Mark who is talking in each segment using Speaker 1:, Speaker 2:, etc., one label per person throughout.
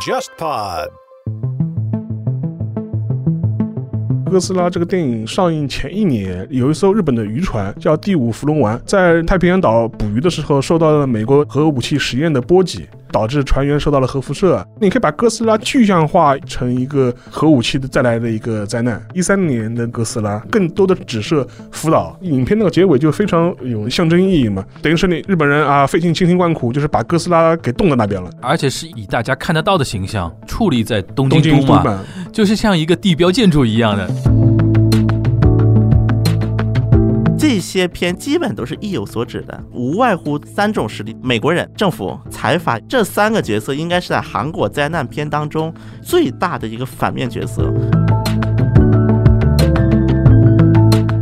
Speaker 1: JustPod。
Speaker 2: 哥斯拉这个电影上映前一年，有一艘日本的渔船叫第五福龙丸，在太平洋岛捕鱼的时候受到了美国核武器实验的波及，导致船员受到了核辐射。你可以把哥斯拉具象化成一个核武器的带来的一个灾难。一三年的哥斯拉更多的只是福岛，影片那个结尾就非常有象征意义嘛，等于是你日本人啊费尽千辛万苦，就是把哥斯拉给冻在那边了。
Speaker 3: 而且是以大家看得到的形象矗立在东
Speaker 2: 东京
Speaker 3: 京
Speaker 2: 都
Speaker 3: 都嘛，
Speaker 2: 嘛，
Speaker 3: 就是像一个地标建筑一样的。
Speaker 4: 这些片基本都是意有所指的，无外乎三种实力：美国人、政府、财阀这三个角色，应该是在韩国灾难片当中最大的一个反面角色。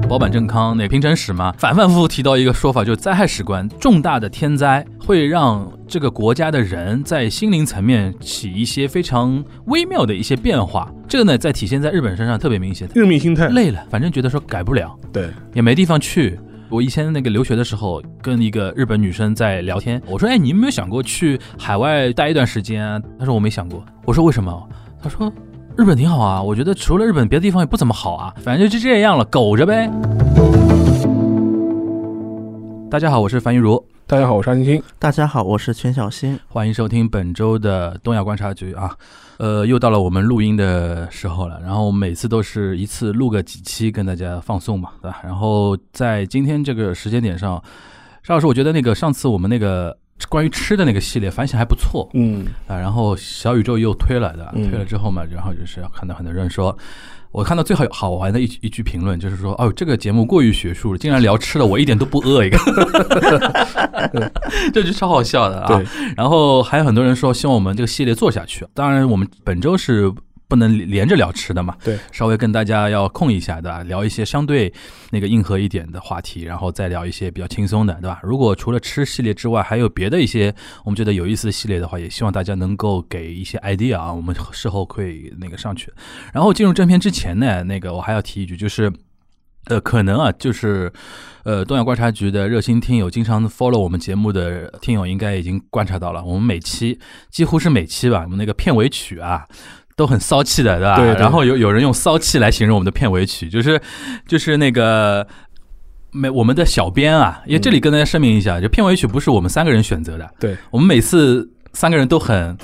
Speaker 3: 保坂正康那平成史嘛，反反复复提到一个说法，就是灾害史观，重大的天灾会让这个国家的人在心灵层面起一些非常微妙的一些变化。这个呢，在体现在日本身上特别明显。
Speaker 2: 日密心态，
Speaker 3: 累了，反正觉得说改不了，
Speaker 2: 对，
Speaker 3: 也没地方去。我以前那个留学的时候，跟一个日本女生在聊天，我说：“哎，你有没有想过去海外待一段时间啊？”她说：“我没想过。”我说：“为什么？”她说：“日本挺好啊，我觉得除了日本，别的地方也不怎么好啊，反正就这样了，苟着呗。”大家好，我是樊玉茹，
Speaker 2: 大家好，我是安星。
Speaker 4: 大家好，我是全小新。
Speaker 3: 欢迎收听本周的东亚观察局啊，呃，又到了我们录音的时候了。然后每次都是一次录个几期跟大家放送嘛，对吧？然后在今天这个时间点上，沙老师，我觉得那个上次我们那个关于吃的那个系列反响还不错
Speaker 2: 嗯，
Speaker 3: 啊。然后小宇宙又推了的，
Speaker 2: 嗯
Speaker 3: 推了之后嘛，然后就是看到很多人说。我看到最好好玩的一句一句评论就是说，哦，这个节目过于学术了，竟然聊吃的，我一点都不饿一 个， 这就超好笑的啊！
Speaker 2: 对，
Speaker 3: 然后还有很多人说希望我们这个系列做下去。当然，我们本周是不能连着聊吃的嘛，
Speaker 2: 对，
Speaker 3: 稍微跟大家要空一下，对吧？聊一些相对那个硬核一点的话题，然后再聊一些比较轻松的，对吧？如果除了吃系列之外，还有别的一些我们觉得有意思的系列的话，也希望大家能够给一些 idea 啊，我们事后会那个上去。然后进入正片之前呢，那个我还要提一句，就是。呃，可能啊，就是，呃，东亚观察局的热心听友，经常 follow 我们节目的听友，应该已经观察到了，我们每期几乎是每期吧，我们那个片尾曲啊，都很骚气的，对吧？
Speaker 2: 对对
Speaker 3: 然后有有人用骚气来形容我们的片尾曲，就是就是那个。没，我们的小编啊，因为这里跟大家声明一下，就片尾曲不是我们三个人选择的，
Speaker 2: 对，
Speaker 3: 我们每次三个人都很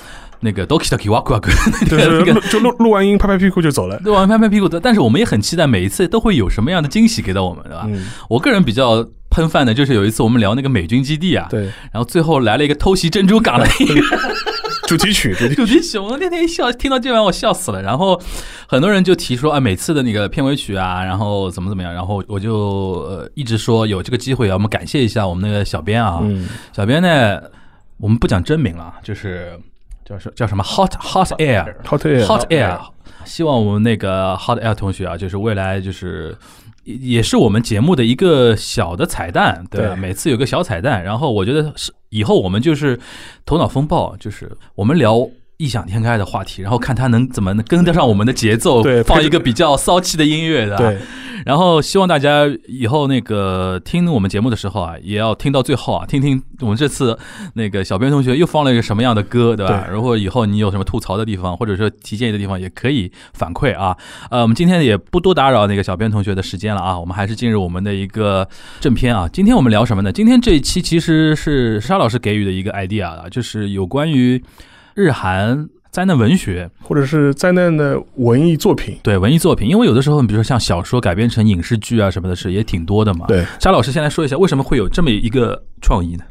Speaker 3: 那个 doki doki waku waku，
Speaker 2: 就是
Speaker 3: 那个
Speaker 2: 录就录录完音拍拍屁股就走了。
Speaker 3: 对，我们拍拍屁股的，但是我们也很期待每一次都会有什么样的惊喜给到我们，对吧？
Speaker 2: 嗯，
Speaker 3: 我个人比较喷饭的就是有一次我们聊那个美军基地啊，
Speaker 2: 对，
Speaker 3: 然后最后来了一个偷袭珍珠 港的一个
Speaker 2: 主题 曲，主题曲
Speaker 3: 主题曲，我那天一笑，听到这玩意儿我笑死了。然后很多人就提说啊，每次的那个片尾曲啊，然后怎么怎么样，然后我就呃一直说有这个机会啊，我们感谢一下我们那个小编啊，
Speaker 2: 嗯，
Speaker 3: 小编呢，我们不讲真名了，就是叫什叫什么 Hot Hot Air。
Speaker 2: ，Hot Air。
Speaker 3: Hot Air，希望我们那个 Hot Air 同学啊，就是未来就是也也是我们节目的一个小的彩蛋，对吧
Speaker 2: 对
Speaker 3: 每次有个小彩蛋，然后我觉得是以后我们就是头脑风暴，就是我们聊。异想天开的话题，然后看他能怎么能跟得上我们的节奏，
Speaker 2: 对
Speaker 3: 放
Speaker 2: 配
Speaker 3: 一
Speaker 2: 着
Speaker 3: 个比较骚气的音乐的，啊
Speaker 2: 对，
Speaker 3: 然后希望大家以后那个听我们节目的时候啊，也要听到最后啊，听听我们这次那个小编同学又放了一个什么样的歌，对吧？
Speaker 2: 对
Speaker 3: 如果以后你有什么吐槽的地方，或者说提建议的地方，也可以反馈啊。呃，我们今天也不多打扰那个小编同学的时间了啊，我们还是进入我们的一个正片啊。今天我们聊什么呢？今天这一期其实是沙老师给予的一个 idea 啊，就是有关于日韩灾难文学。
Speaker 2: 或者是灾难的文艺作品。
Speaker 3: 对文艺作品，因为有的时候，你比如说像小说改编成影视剧啊什么的，是也挺多的嘛。
Speaker 2: 对，
Speaker 3: 沙老师先来说一下，为什么会有这么一个创意呢？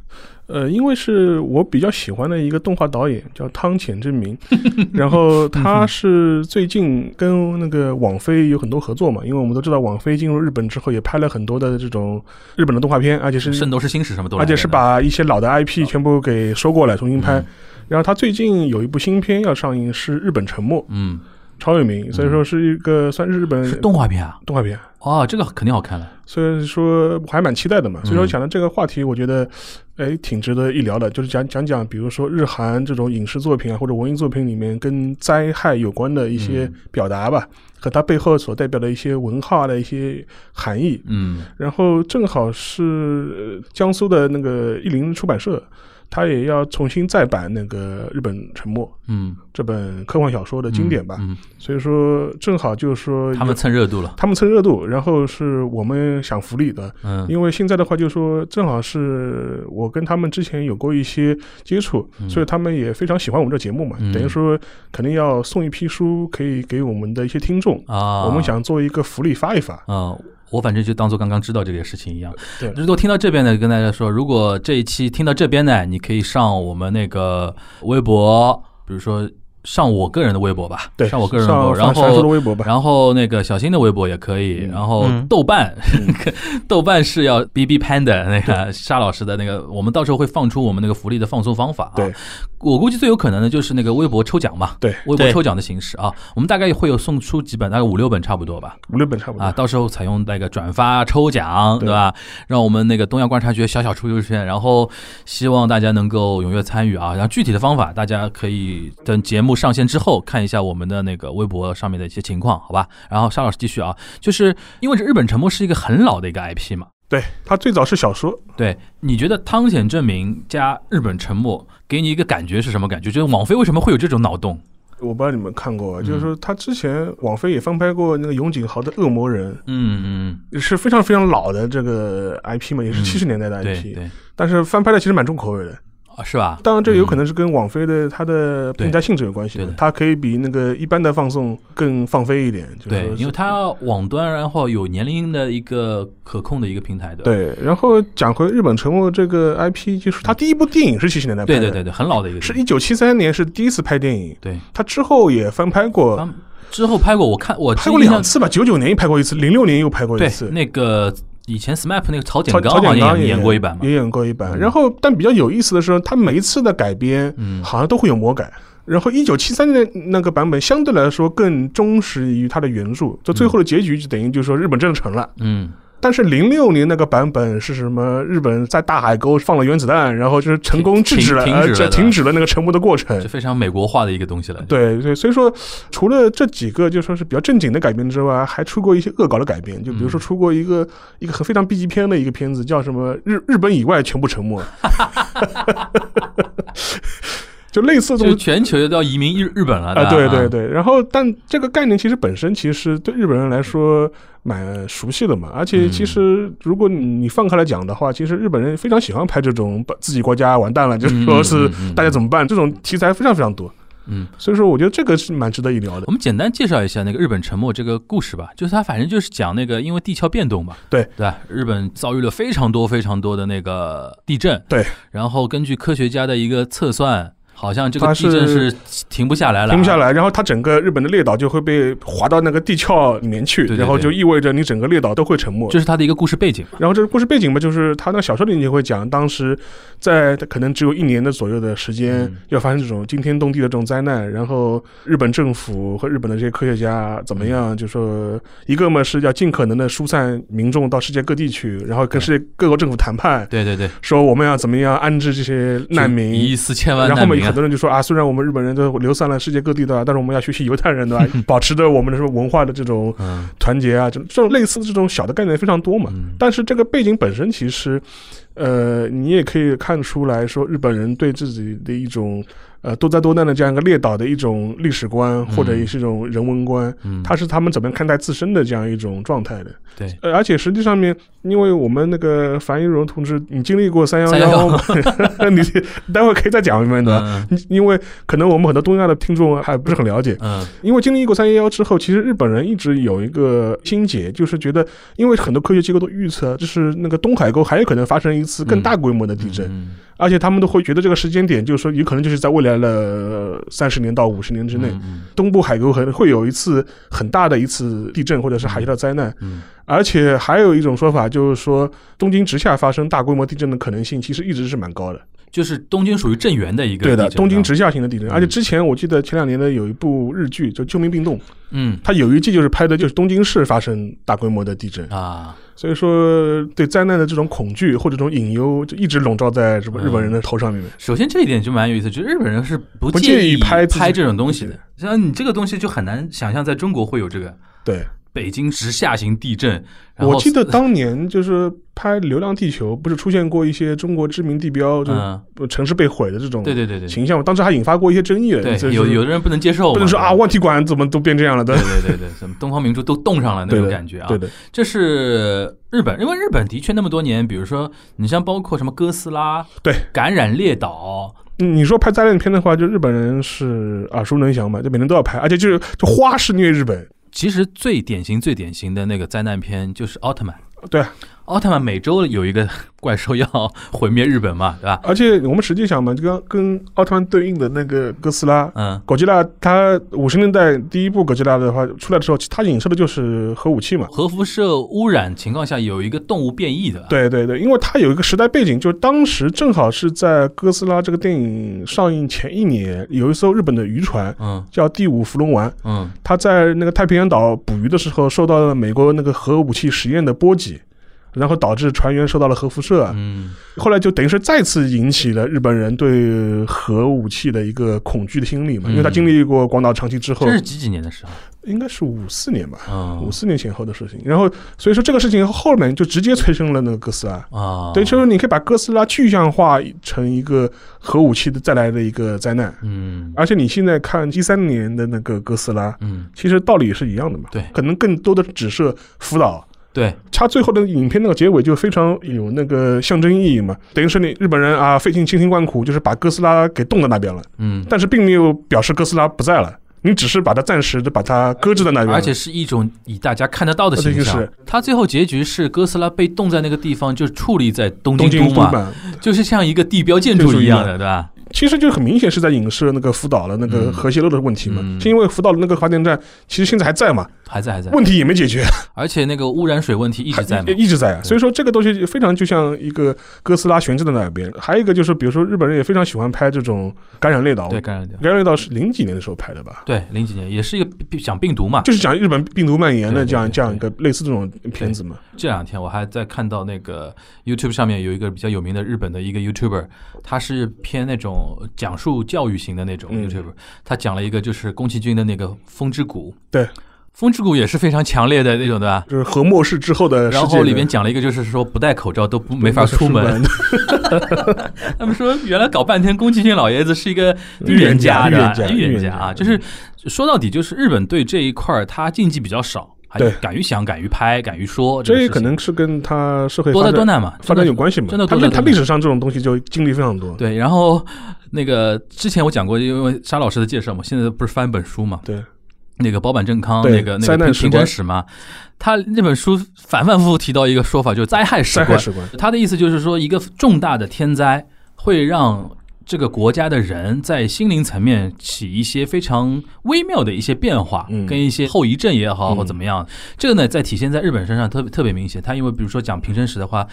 Speaker 2: 呃，因为是我比较喜欢的一个动画导演叫汤浅政 明，然后他是最近跟那个网飞有很多合作嘛，因为我们都知道网飞进入日本之后也拍了很多的这种日本的动画片，而且是
Speaker 3: 《圣斗士星矢》什么都来
Speaker 2: 而
Speaker 3: 的，
Speaker 2: 且是把一些老的 IP 全部给收过来重新拍
Speaker 3: 嗯。
Speaker 2: 然后他最近有一部新片要上映，是《日本沉没》，
Speaker 3: 嗯，
Speaker 2: 超有名，所以说是一个算是日本
Speaker 3: 是动画片啊，
Speaker 2: 动画片，
Speaker 3: 哦，这个肯定好看了。
Speaker 2: 所以说我还蛮期待的嘛。所以说
Speaker 3: 嗯
Speaker 2: 讲到这个话题，我觉得，哎，挺值得一聊的，就是讲讲讲，比如说日韩这种影视作品啊，或者文艺作品里面跟灾害有关的一
Speaker 3: 嗯
Speaker 2: 些表达吧，和它背后所代表的一些文化的一些含义。
Speaker 3: 嗯
Speaker 2: 然后正好是呃江苏的那个译林出版社，它也要重新再版那个《日本沉没》
Speaker 3: 嗯，
Speaker 2: 这本科幻小说的经典吧。
Speaker 3: 嗯，
Speaker 2: 所以说正好就是说
Speaker 3: 他们蹭热度了。
Speaker 2: 他们蹭热度，然后是我们享福利的。
Speaker 3: 嗯
Speaker 2: 因为现在的话，就是说正好是我跟他们之前有过一些接触，
Speaker 3: 嗯
Speaker 2: 所以他们也非常喜欢我们这节目嘛。
Speaker 3: 嗯
Speaker 2: 等于说，肯定要送一批书，可以给我们的一些听众。
Speaker 3: 啊，
Speaker 2: 我们想做一个福利发一发，
Speaker 3: 嗯，我反正就当做刚刚知道这个事情一样。
Speaker 2: 对
Speaker 3: 如果听到这边呢，跟大家说，如果这一期听到这边呢，你可以上我们那个微博，比如说上我个人的微博吧，
Speaker 2: 对，
Speaker 3: 上我个人的微
Speaker 2: 上
Speaker 3: 博，
Speaker 2: 上
Speaker 3: 然
Speaker 2: 三叔的
Speaker 3: 后。
Speaker 2: 微博吧，
Speaker 3: 然后那个小新的微博也可以，
Speaker 2: 嗯
Speaker 3: 然后
Speaker 4: 嗯
Speaker 3: 豆瓣， 豆瓣是要 B B Panda 那个沙老师的那个，我们到时候会放出我们那个福利的放送方法、啊。
Speaker 2: 对，
Speaker 3: 我估计最有可能的就是那个微博抽奖嘛，
Speaker 2: 对
Speaker 3: 微博
Speaker 4: 对
Speaker 3: 抽奖的形式啊，我们大概会有送出几本，大概五六本差不多吧。
Speaker 2: 五六本差不多。
Speaker 3: 啊，到时候采用那个转发抽奖，
Speaker 2: 对
Speaker 3: 对吧？让我们那个东亚观察局小小出优圈，然后希望大家能够踊跃参与啊。然后具体的方法，大家可以等节目上线之后看一下我们的那个微博上面的一些情况，好吧？然后沙老师继续啊，就是因为这日本沉没是一个很老的一个 IP 嘛，
Speaker 2: 对，它最早是小说，
Speaker 3: 对，你觉得汤显证明加日本沉没给你一个感觉是什么感觉？就是网飞为什么会有这种脑洞？
Speaker 2: 我不知道你们看过啊，
Speaker 3: 嗯
Speaker 2: 就是说它之前网飞也翻拍过那个永井豪的《恶魔人
Speaker 3: 嗯嗯》，
Speaker 2: 是非常非常老的这个 IP 嘛，也是
Speaker 3: 嗯
Speaker 2: 七十年代的
Speaker 3: 嗯，对
Speaker 2: IP，、
Speaker 3: 对
Speaker 2: 但是翻拍的其实蛮重口味的。
Speaker 3: 啊，是吧？
Speaker 2: 当然，这有可
Speaker 3: 嗯
Speaker 2: 能是跟网飞的它的
Speaker 3: 对
Speaker 2: 评价性质有关系
Speaker 3: 对
Speaker 2: 的
Speaker 3: 的，
Speaker 2: 它可以比那个一般的放送更放飞一点。就是
Speaker 3: 对
Speaker 2: 说，
Speaker 3: 因为它网端，然后有年龄的一个可控的一个平台的。
Speaker 2: 对，然后讲回日本沉没这个 IP，就是它第一部电影是七十年代拍
Speaker 3: 对
Speaker 2: 的，
Speaker 3: 对对对，很老的一个。
Speaker 2: 是一九七三年是第一次拍电影，
Speaker 3: 对，
Speaker 2: 它之后也翻拍过，
Speaker 3: 刚之后拍过，我看我
Speaker 2: 呃拍过
Speaker 3: 印象
Speaker 2: 两次吧，九九年又拍过一次，零六年又拍过一次
Speaker 3: 对，。那个以前 SMAP 那个曹
Speaker 2: 曹
Speaker 3: 简刚
Speaker 2: 曹
Speaker 3: 好
Speaker 2: 建
Speaker 3: 像
Speaker 2: 刚
Speaker 3: 演
Speaker 2: 也
Speaker 3: 演过一版嘛
Speaker 2: 也。演过一版。
Speaker 3: 嗯
Speaker 2: 然后，但比较有意思的是，他每一次的改编
Speaker 3: 嗯
Speaker 2: 好像都会有魔改。然后，一九七三年那个版本相对来说更忠实于它的原著，就最后的结局就等于就是说日本真的成了。
Speaker 3: 嗯，
Speaker 2: 但是零六年那个版本是什么？日本在大海沟放了原子弹，然后就是成功制止了，
Speaker 3: 停停止了
Speaker 2: 呃这
Speaker 3: 的
Speaker 2: 停止了那个沉没的过程
Speaker 3: 这。非常美国化的一个东西了。
Speaker 2: 对对，所以说除了这几个就说是比较正经的改编之外，还出过一些恶搞的改编，就比如
Speaker 3: 嗯
Speaker 2: 说出过一个、一个很非常 B 级片的一个片子，叫什么日日本以外全部沉 默，就类似的东
Speaker 3: 就
Speaker 2: 西。
Speaker 3: 全球都要移民日日本了
Speaker 2: 啊，对
Speaker 3: 吧
Speaker 2: 对，对，然后但这个概念其实本身其实对日本人来说蛮熟悉的嘛，而且其
Speaker 3: 嗯
Speaker 2: 实如果你放开来讲的话，其实日本人非常喜欢拍这种把自己国家完蛋了，就是说是
Speaker 3: 嗯嗯嗯嗯
Speaker 2: 大家怎么办这种题材非常非常多，
Speaker 3: 嗯，
Speaker 2: 所以说我觉得这个是蛮值得一聊的。
Speaker 3: 我们简单介绍一下那个日本沉没这个故事吧，就是它反正就是讲那个因为地壳变动嘛，
Speaker 2: 对
Speaker 3: 对吧？日本遭遇了非常多非常多的那个地震，
Speaker 2: 对，
Speaker 3: 然后根据科学家的一个测算，好像这个
Speaker 2: 它
Speaker 3: 地震
Speaker 2: 是
Speaker 3: 是停不下来了，啊
Speaker 2: 停不下，来，然后它整个日本的列岛就会被划到那个地壳里面去，
Speaker 3: 对对对
Speaker 2: 然后就意味着你整个列岛都会沉没。
Speaker 3: 这是它的一个故事背景嘛。
Speaker 2: 然后这个故事背景嘛，就是他那个小说里面就会讲，当时在可能只有一年的左右的时间
Speaker 3: 嗯，
Speaker 2: 要发生这种惊天动地的这种灾难，然后日本政府和日本的这些科学家怎么样，
Speaker 3: 嗯
Speaker 2: 就说一个嘛是要尽可能的疏散民众到世界各地去，然后跟世界各国政府谈判，
Speaker 3: 对对对，
Speaker 2: 说我们要怎么样安置这些难民，
Speaker 3: 一亿四千万
Speaker 2: 然后
Speaker 3: 难
Speaker 2: 嘛，有
Speaker 3: 民、
Speaker 2: 很
Speaker 3: 啊，
Speaker 2: 多人就说啊，虽然我们日本人都流散了世界各地的啊，但是我们要学习犹太人的啊，保持着我们的什么文化的这种
Speaker 3: 嗯
Speaker 2: 团结啊，这这种类似的这种小的概念非常多嘛。
Speaker 3: 嗯，
Speaker 2: 但是这个背景本身其实，呃，你也可以看出来说，日本人对自己的一种呃多灾多难的这样一个列岛的一种历史观，或者也是一种人文观，
Speaker 3: 嗯
Speaker 2: 它是他们怎么样看待自身的这样一种状态的。
Speaker 3: 对
Speaker 2: 呃，而且实际上面，因为我们那个樊一荣同志，你经历过三幺幺 嘛，你你待会儿可以再讲一遍的。
Speaker 3: 嗯
Speaker 2: 因因为可能我们很多东亚的听众还不是很了解，
Speaker 3: 嗯
Speaker 2: 因为经历过三幺幺之后，其实日本人一直有一个心结，就是觉得，因为很多科学机构都预测，就是那个东海沟还有可能发生一次更大规模的地震，
Speaker 3: 嗯
Speaker 2: 而且他们都会觉得这个时间点，就是说有可能就是在未来的三十年到五十年之内，
Speaker 3: 嗯
Speaker 2: 东部海沟可能会有一次很大的一次地震或者是海啸灾难。
Speaker 3: 嗯
Speaker 2: 而且还有一种说法就是说，东京直下发生大规模地震的可能性其实一直是蛮高的。
Speaker 3: 嗯就是东京属于震源的一个
Speaker 2: 对的，
Speaker 3: 地震
Speaker 2: 东京
Speaker 3: 啊
Speaker 2: 直下型的地嗯震。而且之前我记得前两年的有一部日剧叫《救命病动》，
Speaker 3: 嗯
Speaker 2: 它有一季就是拍的就是东京市发生大规模的地震，
Speaker 3: 啊，
Speaker 2: 所以说对灾难的这种恐惧或者这种隐忧就一直笼罩在日本
Speaker 3: 嗯
Speaker 2: 日本人的头上面。
Speaker 3: 首先这一点就蛮有意思，就是日本人是不
Speaker 2: 不
Speaker 3: 介
Speaker 2: 介意拍
Speaker 3: 拍
Speaker 2: 自己
Speaker 3: 这种东西的。像你这个东西就很难想象在中国会有这个
Speaker 2: 对，
Speaker 3: 北京直下型地震。然后
Speaker 2: 我记得当年就是拍《流浪地球》，不是出现过一些中国知名地标，就是
Speaker 3: 嗯，
Speaker 2: 城市被毁的这种
Speaker 3: 对对对对
Speaker 2: 形象，当时还引发过一些争议的。就
Speaker 3: 对，
Speaker 2: 是
Speaker 3: 有有的人不能接受嘛，
Speaker 2: 不能说啊，
Speaker 3: 对吧
Speaker 2: 万体馆怎么都变这样了的
Speaker 3: 对。对对对，什么东方明珠都冻上了那
Speaker 2: 对
Speaker 3: 种
Speaker 2: 的
Speaker 3: 感觉啊。
Speaker 2: 对的，
Speaker 3: 这是日本，因为日本的确那么多年，比如说你像包括什么哥斯拉、
Speaker 2: 对
Speaker 3: 感染列岛，
Speaker 2: 嗯你说拍灾难片的话，就日本人是耳熟能详嘛，就每年都要拍，而且就是就花式虐日本。
Speaker 3: 其实最典型、最典型的那个灾难片就是奥特曼。
Speaker 2: 对啊，
Speaker 3: 奥特曼每周有一个怪兽要毁灭日本嘛，对吧？
Speaker 2: 而且我们实际想嘛，就跟跟奥特曼对应的那个哥斯拉。
Speaker 3: 嗯，
Speaker 2: 狗吉拉，它五十年代第一部狗吉拉的话出来的时候，其它影射的就是核武器嘛。
Speaker 3: 核辐射污染情况下有一个动物变异的，，
Speaker 2: 对对对，因为它有一个时代背景，就是当时正好是在哥斯拉这个电影上映前一年，有一艘日本的渔船
Speaker 3: 嗯
Speaker 2: 叫第五福龙丸，
Speaker 3: 嗯
Speaker 2: 它在那个太平洋岛捕鱼的时候受到了美国那个核武器实验的波及。然后导致船员受到了核辐射，
Speaker 3: 嗯，
Speaker 2: 后来就等于是再次引起了日本人对核武器的一个恐惧的心理嘛，因为他
Speaker 3: 嗯
Speaker 2: 经历过广岛、长崎之后
Speaker 3: 这，是几几年的时候？
Speaker 2: 应该是五四年吧，
Speaker 3: 嗯
Speaker 2: 五四年前后的事情。然后所以说这个事情后面就直接催生了那个哥斯拉，
Speaker 3: 啊，
Speaker 2: 对，就是你可以把哥斯拉具象化成一个核武器的带来的一个灾难，
Speaker 3: 嗯
Speaker 2: 而且你现在看一三年的那个哥斯拉，
Speaker 3: 嗯，
Speaker 2: 其实道理是一样的嘛，
Speaker 3: 对
Speaker 2: 可能更多的只是辅导。
Speaker 3: 对，
Speaker 2: 它最后的影片那个结尾就非常有那个象征意义嘛，等于是你日本人啊费尽千辛万苦，就是把哥斯拉给冻在那边了，
Speaker 3: 嗯，
Speaker 2: 但是并没有表示哥斯拉不在了，你只是把它暂时的把它搁置在那边了，
Speaker 3: 而且是一种以大家看得到的形
Speaker 2: 这就
Speaker 3: 象
Speaker 2: 是。
Speaker 3: 他最后结局是哥斯拉被冻在那个地方，就矗立在东
Speaker 2: 东
Speaker 3: 京
Speaker 2: 京
Speaker 3: 都
Speaker 2: 都
Speaker 3: 嘛，
Speaker 2: 嘛，
Speaker 3: 就是像一个地标建筑一样的，对吧？
Speaker 2: 其实就很明显是在影射那个福岛的那个
Speaker 3: 嗯
Speaker 2: 核泄漏的问题嘛，
Speaker 3: 嗯
Speaker 2: 是因为福岛的那个发电站其实现在还在嘛，
Speaker 3: 还在还在，
Speaker 2: 问题也没解决，
Speaker 3: 而且那个污染水问题一 直在嗯嘛
Speaker 2: 还。一直在啊。
Speaker 3: 对
Speaker 2: 所以说这个东西非常就像一个哥斯拉悬置在那边。还有一个就是，比如说日本人也非常喜欢拍这种感染类岛，
Speaker 3: 对，
Speaker 2: 感
Speaker 3: 感染掉。
Speaker 2: 染类岛是零几年的时候拍的吧？
Speaker 3: 对，零几年也是一个病讲病毒嘛。
Speaker 2: 就是讲日本病毒蔓延
Speaker 3: 对
Speaker 2: 的
Speaker 3: 对
Speaker 2: 这样
Speaker 3: 对
Speaker 2: 这样一个类似这种片子嘛，
Speaker 3: 这两天我还在看到那个 YouTube 上面有一个比较有名的日本的一个 YouTuber，他是偏那种讲述教育型的那种
Speaker 2: 嗯
Speaker 3: YouTuber，、他讲了一个就是宫崎骏的那个《风之谷》。
Speaker 2: 对，
Speaker 3: 风之谷也是非常强烈的那种，对吧？
Speaker 2: 就是核末世之后的世
Speaker 3: 然
Speaker 2: 界
Speaker 3: 后里边讲了一个，就是说不戴口罩都不没
Speaker 2: 没
Speaker 3: 法出门。
Speaker 2: 门，
Speaker 3: 他们说原来搞半天宫崎骏老爷子是一个
Speaker 2: 预言家
Speaker 3: 家
Speaker 2: 嗯预
Speaker 3: 的
Speaker 2: 言家嗯
Speaker 3: 预
Speaker 2: 预
Speaker 3: 言
Speaker 2: 言
Speaker 3: 家
Speaker 2: 家
Speaker 3: 啊，就是说到底就是日本对这一块儿他禁忌比较少，还
Speaker 2: 对
Speaker 3: 敢于想、敢于拍、敢于说个
Speaker 2: 这
Speaker 3: 事
Speaker 2: 也
Speaker 3: 情，
Speaker 2: 可能是跟他社会
Speaker 3: 多
Speaker 2: 发
Speaker 3: 灾多
Speaker 2: 展
Speaker 3: 难嘛，
Speaker 2: 发
Speaker 3: 真的
Speaker 2: 展有关系嘛。
Speaker 3: 真的
Speaker 2: 他
Speaker 3: 多灾
Speaker 2: 历他
Speaker 3: 多难
Speaker 2: 历史上这种东西就经历非常多。
Speaker 3: 对，然后那个之前我讲过，因为沙老师的介绍嘛，现在不是翻本书嘛，
Speaker 2: 对，
Speaker 3: 那个保坂正康
Speaker 2: 对
Speaker 3: 那个那
Speaker 2: 灾
Speaker 3: 个
Speaker 2: 难
Speaker 3: 平
Speaker 2: 史
Speaker 3: 平成
Speaker 2: 观
Speaker 3: 史嘛，他那本书反反复复提到一个说法，就是灾害史
Speaker 2: 灾害
Speaker 3: 观。
Speaker 2: 史观。
Speaker 3: 他的意思就是说，一个重大的天灾会让这个国家的人在心灵层面起一些非常微妙的一些变化，
Speaker 2: 嗯
Speaker 3: 跟一些后遗症也好
Speaker 2: 嗯
Speaker 3: 或怎么样，这个呢在体现在日本身上特别特别明显。他因为比如说讲平成史的话，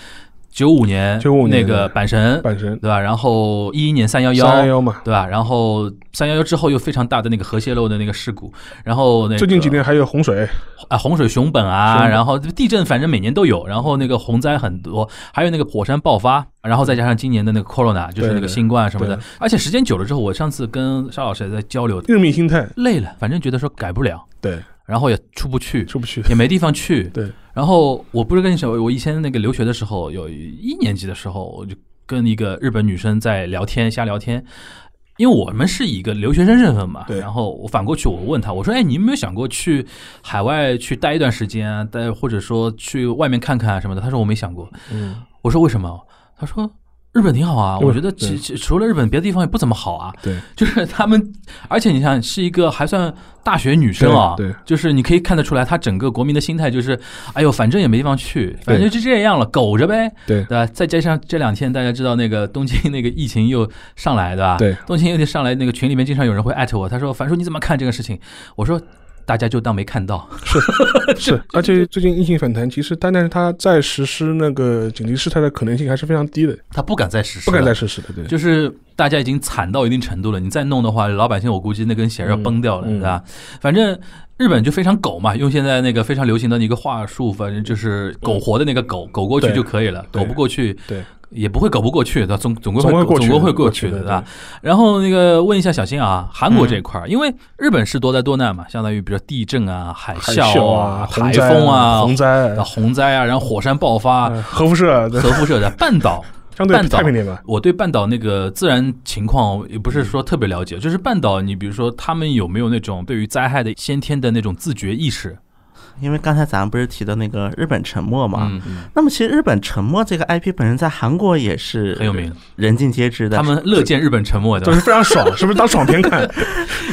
Speaker 3: 九五年
Speaker 2: 95
Speaker 3: 那
Speaker 2: 年
Speaker 3: 个
Speaker 2: 的
Speaker 3: 阪神
Speaker 2: 阪神
Speaker 3: 对吧？然后一一年呃三幺
Speaker 2: 三幺嘛，
Speaker 3: 对吧？然后三幺幺之后又非常大的那个核泄漏的那个事故，然后那个
Speaker 2: 最近几年还有洪水，
Speaker 3: 啊，洪水熊本
Speaker 2: 熊
Speaker 3: 啊，
Speaker 2: 本
Speaker 3: 然后地震，反正每年都有，然后那个洪灾很多，还有那个火山爆发，然后再加上今年的那个 corona，就是那个
Speaker 2: 对
Speaker 3: 新冠什么的
Speaker 2: 对，
Speaker 3: 而且时间久了之后，我上次跟沙老师也在交流，
Speaker 2: 日密心态，
Speaker 3: 累了，反正觉得说改不了，
Speaker 2: 对，
Speaker 3: 然后也出不去，
Speaker 2: 出不去。
Speaker 3: 也没地方去。
Speaker 2: 对，
Speaker 3: 然后我不是跟你说，我以前那个留学的时候，有一年级的时候，我就跟一个日本女生在聊天，瞎聊天。因为我们是以一个留学生身份嘛，
Speaker 2: 对
Speaker 3: 然后我反过去我问她，我说：“哎，你有没有想过去海外去待一段时间啊？待或者说去外面看看啊什么的？”她说：“我没想过。
Speaker 2: 嗯，”
Speaker 3: 我说：“为什么？”她说：“日本挺好啊，
Speaker 2: 对
Speaker 3: 我觉得其其除了日本，别的地方也不怎么好啊。”
Speaker 2: 对，
Speaker 3: 就是他们，而且你想是一个还算大学女生啊，
Speaker 2: 对对
Speaker 3: 就是你可以看得出来，她整个国民的心态就是，哎呦，反正也没地方去，反正就这样了，苟着呗，
Speaker 2: 对
Speaker 3: 对吧？再加上这两天大家知道那个东京那个疫情又上来，对吧？
Speaker 2: 对，
Speaker 3: 东京又得上来，那个群里面经常有人会艾特我，他说：“樊叔你怎么看这个事情？”我说。大家就当没看到。
Speaker 2: 是，而且最近疫情反弹，其实单单是它再实施那个紧急事态的可能性还是非常低的，
Speaker 3: 他不敢再实施
Speaker 2: 不
Speaker 3: 了，
Speaker 2: 敢再实施的，对。
Speaker 3: 就是大家已经惨到一定程度了，你再弄的话，老百姓我估计那根弦要崩掉了，
Speaker 2: 嗯
Speaker 3: 对吧？反正日本就非常狗嘛，用现在那个非常流行的一个话术，反正就是苟活的那个狗，苟过去
Speaker 2: 对
Speaker 3: 就可以了，
Speaker 2: 对
Speaker 3: 苟不过去。
Speaker 2: 对，
Speaker 3: 也不会苟不过去的，总总归
Speaker 2: 总会过
Speaker 3: 总
Speaker 2: 去
Speaker 3: 归
Speaker 2: 的
Speaker 3: 会过
Speaker 2: 过去
Speaker 3: 去的，
Speaker 2: 的
Speaker 3: 对吧？然后那个问一下小新啊，韩国这一
Speaker 2: 嗯
Speaker 3: 块儿，因为日本是多灾多难嘛，相当于比如说地震啊、海
Speaker 2: 海
Speaker 3: 啸
Speaker 2: 啊，
Speaker 3: 台
Speaker 2: 洪灾
Speaker 3: 风啊、
Speaker 2: 洪灾
Speaker 3: 啊、
Speaker 2: 啊，
Speaker 3: 洪灾啊，然后火山爆发、
Speaker 2: 嗯核辐射，对
Speaker 3: 核辐射的半岛。
Speaker 2: 相对
Speaker 3: 半岛
Speaker 2: 太平点吧，
Speaker 3: 我对半岛那个自然情况也不是说特别了解，就是半岛，你比如说他们有没有那种对于灾害的先天的那种自觉意识？
Speaker 4: 因为刚才咱们不是提到那个日本沉没嘛，
Speaker 3: 嗯，嗯
Speaker 4: 那么其实日本沉没这个 IP 本身在韩国也是
Speaker 3: 很有名，
Speaker 4: 人尽皆知的。
Speaker 3: 他们 乐见日本沉没
Speaker 2: 就
Speaker 3: 的，
Speaker 2: 是非常爽，是不是当爽片看？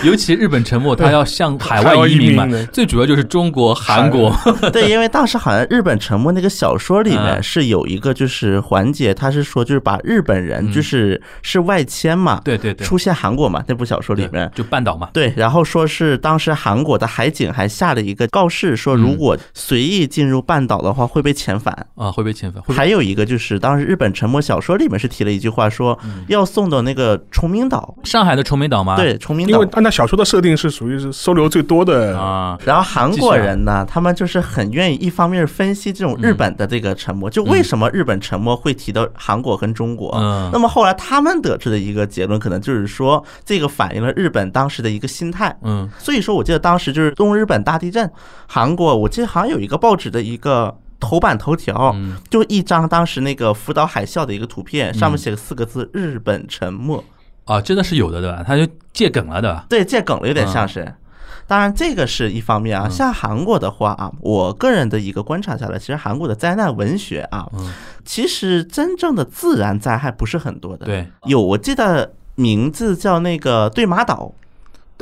Speaker 3: 尤其日本沉没，他要向 海外移民嘛
Speaker 2: 海外移民的，
Speaker 3: 最主要就是中国、韩国，
Speaker 4: 对，因为当时好像日本沉没那个小说里面
Speaker 3: 嗯
Speaker 4: 是有一个就是环节，他是说就是把日本人就是是外迁嘛，
Speaker 3: 对嗯对对，
Speaker 4: 出现韩国嘛，那部小说里面
Speaker 3: 对。就半岛嘛，
Speaker 4: 对，然后说是当时韩国的海警还下了一个告示，
Speaker 3: 嗯
Speaker 4: 说如果随意进入半岛的话会被遣返。
Speaker 3: 啊，会被遣返，会被
Speaker 4: 还有一个就是当时日本沉没小说里面是提了一句话，说
Speaker 3: 嗯
Speaker 4: 要送到那个崇明岛，
Speaker 3: 上海的崇明岛嘛，
Speaker 4: 对，崇明
Speaker 2: 因
Speaker 4: 岛
Speaker 2: 为。按照小说的设定是属于是收留最多的，
Speaker 3: 啊，
Speaker 4: 然后韩国人呢，他们就是很愿意一方面分析这种
Speaker 3: 嗯
Speaker 4: 日本的这个沉没，就为什么日本沉没会提到韩国跟中国。
Speaker 3: 嗯
Speaker 4: 那么后来他们得知的一个结论，可能就是说这个反映了日本当时的一个心态。
Speaker 3: 嗯，
Speaker 4: 所以说，我记得当时就是东日本大地震，韩国，我记得好像有一个报纸的一个。头版头条
Speaker 3: 嗯
Speaker 4: 就一张当时那个福岛海啸的一个图片，上面写个四个字“日本沉没”。
Speaker 3: 啊，真的是有的，对吧？他就借梗了，对吧？
Speaker 4: 对，借梗了，有点
Speaker 3: 啊
Speaker 4: 像是。当然，这个是一方面
Speaker 3: 嗯
Speaker 4: 啊。像韩国的话啊，我个人的一个观察下来，其实韩国的灾难文学啊，
Speaker 3: 嗯
Speaker 4: 其实真正的自然灾害不是很多的。，
Speaker 3: 对
Speaker 4: 有我记得名字叫那个对马岛，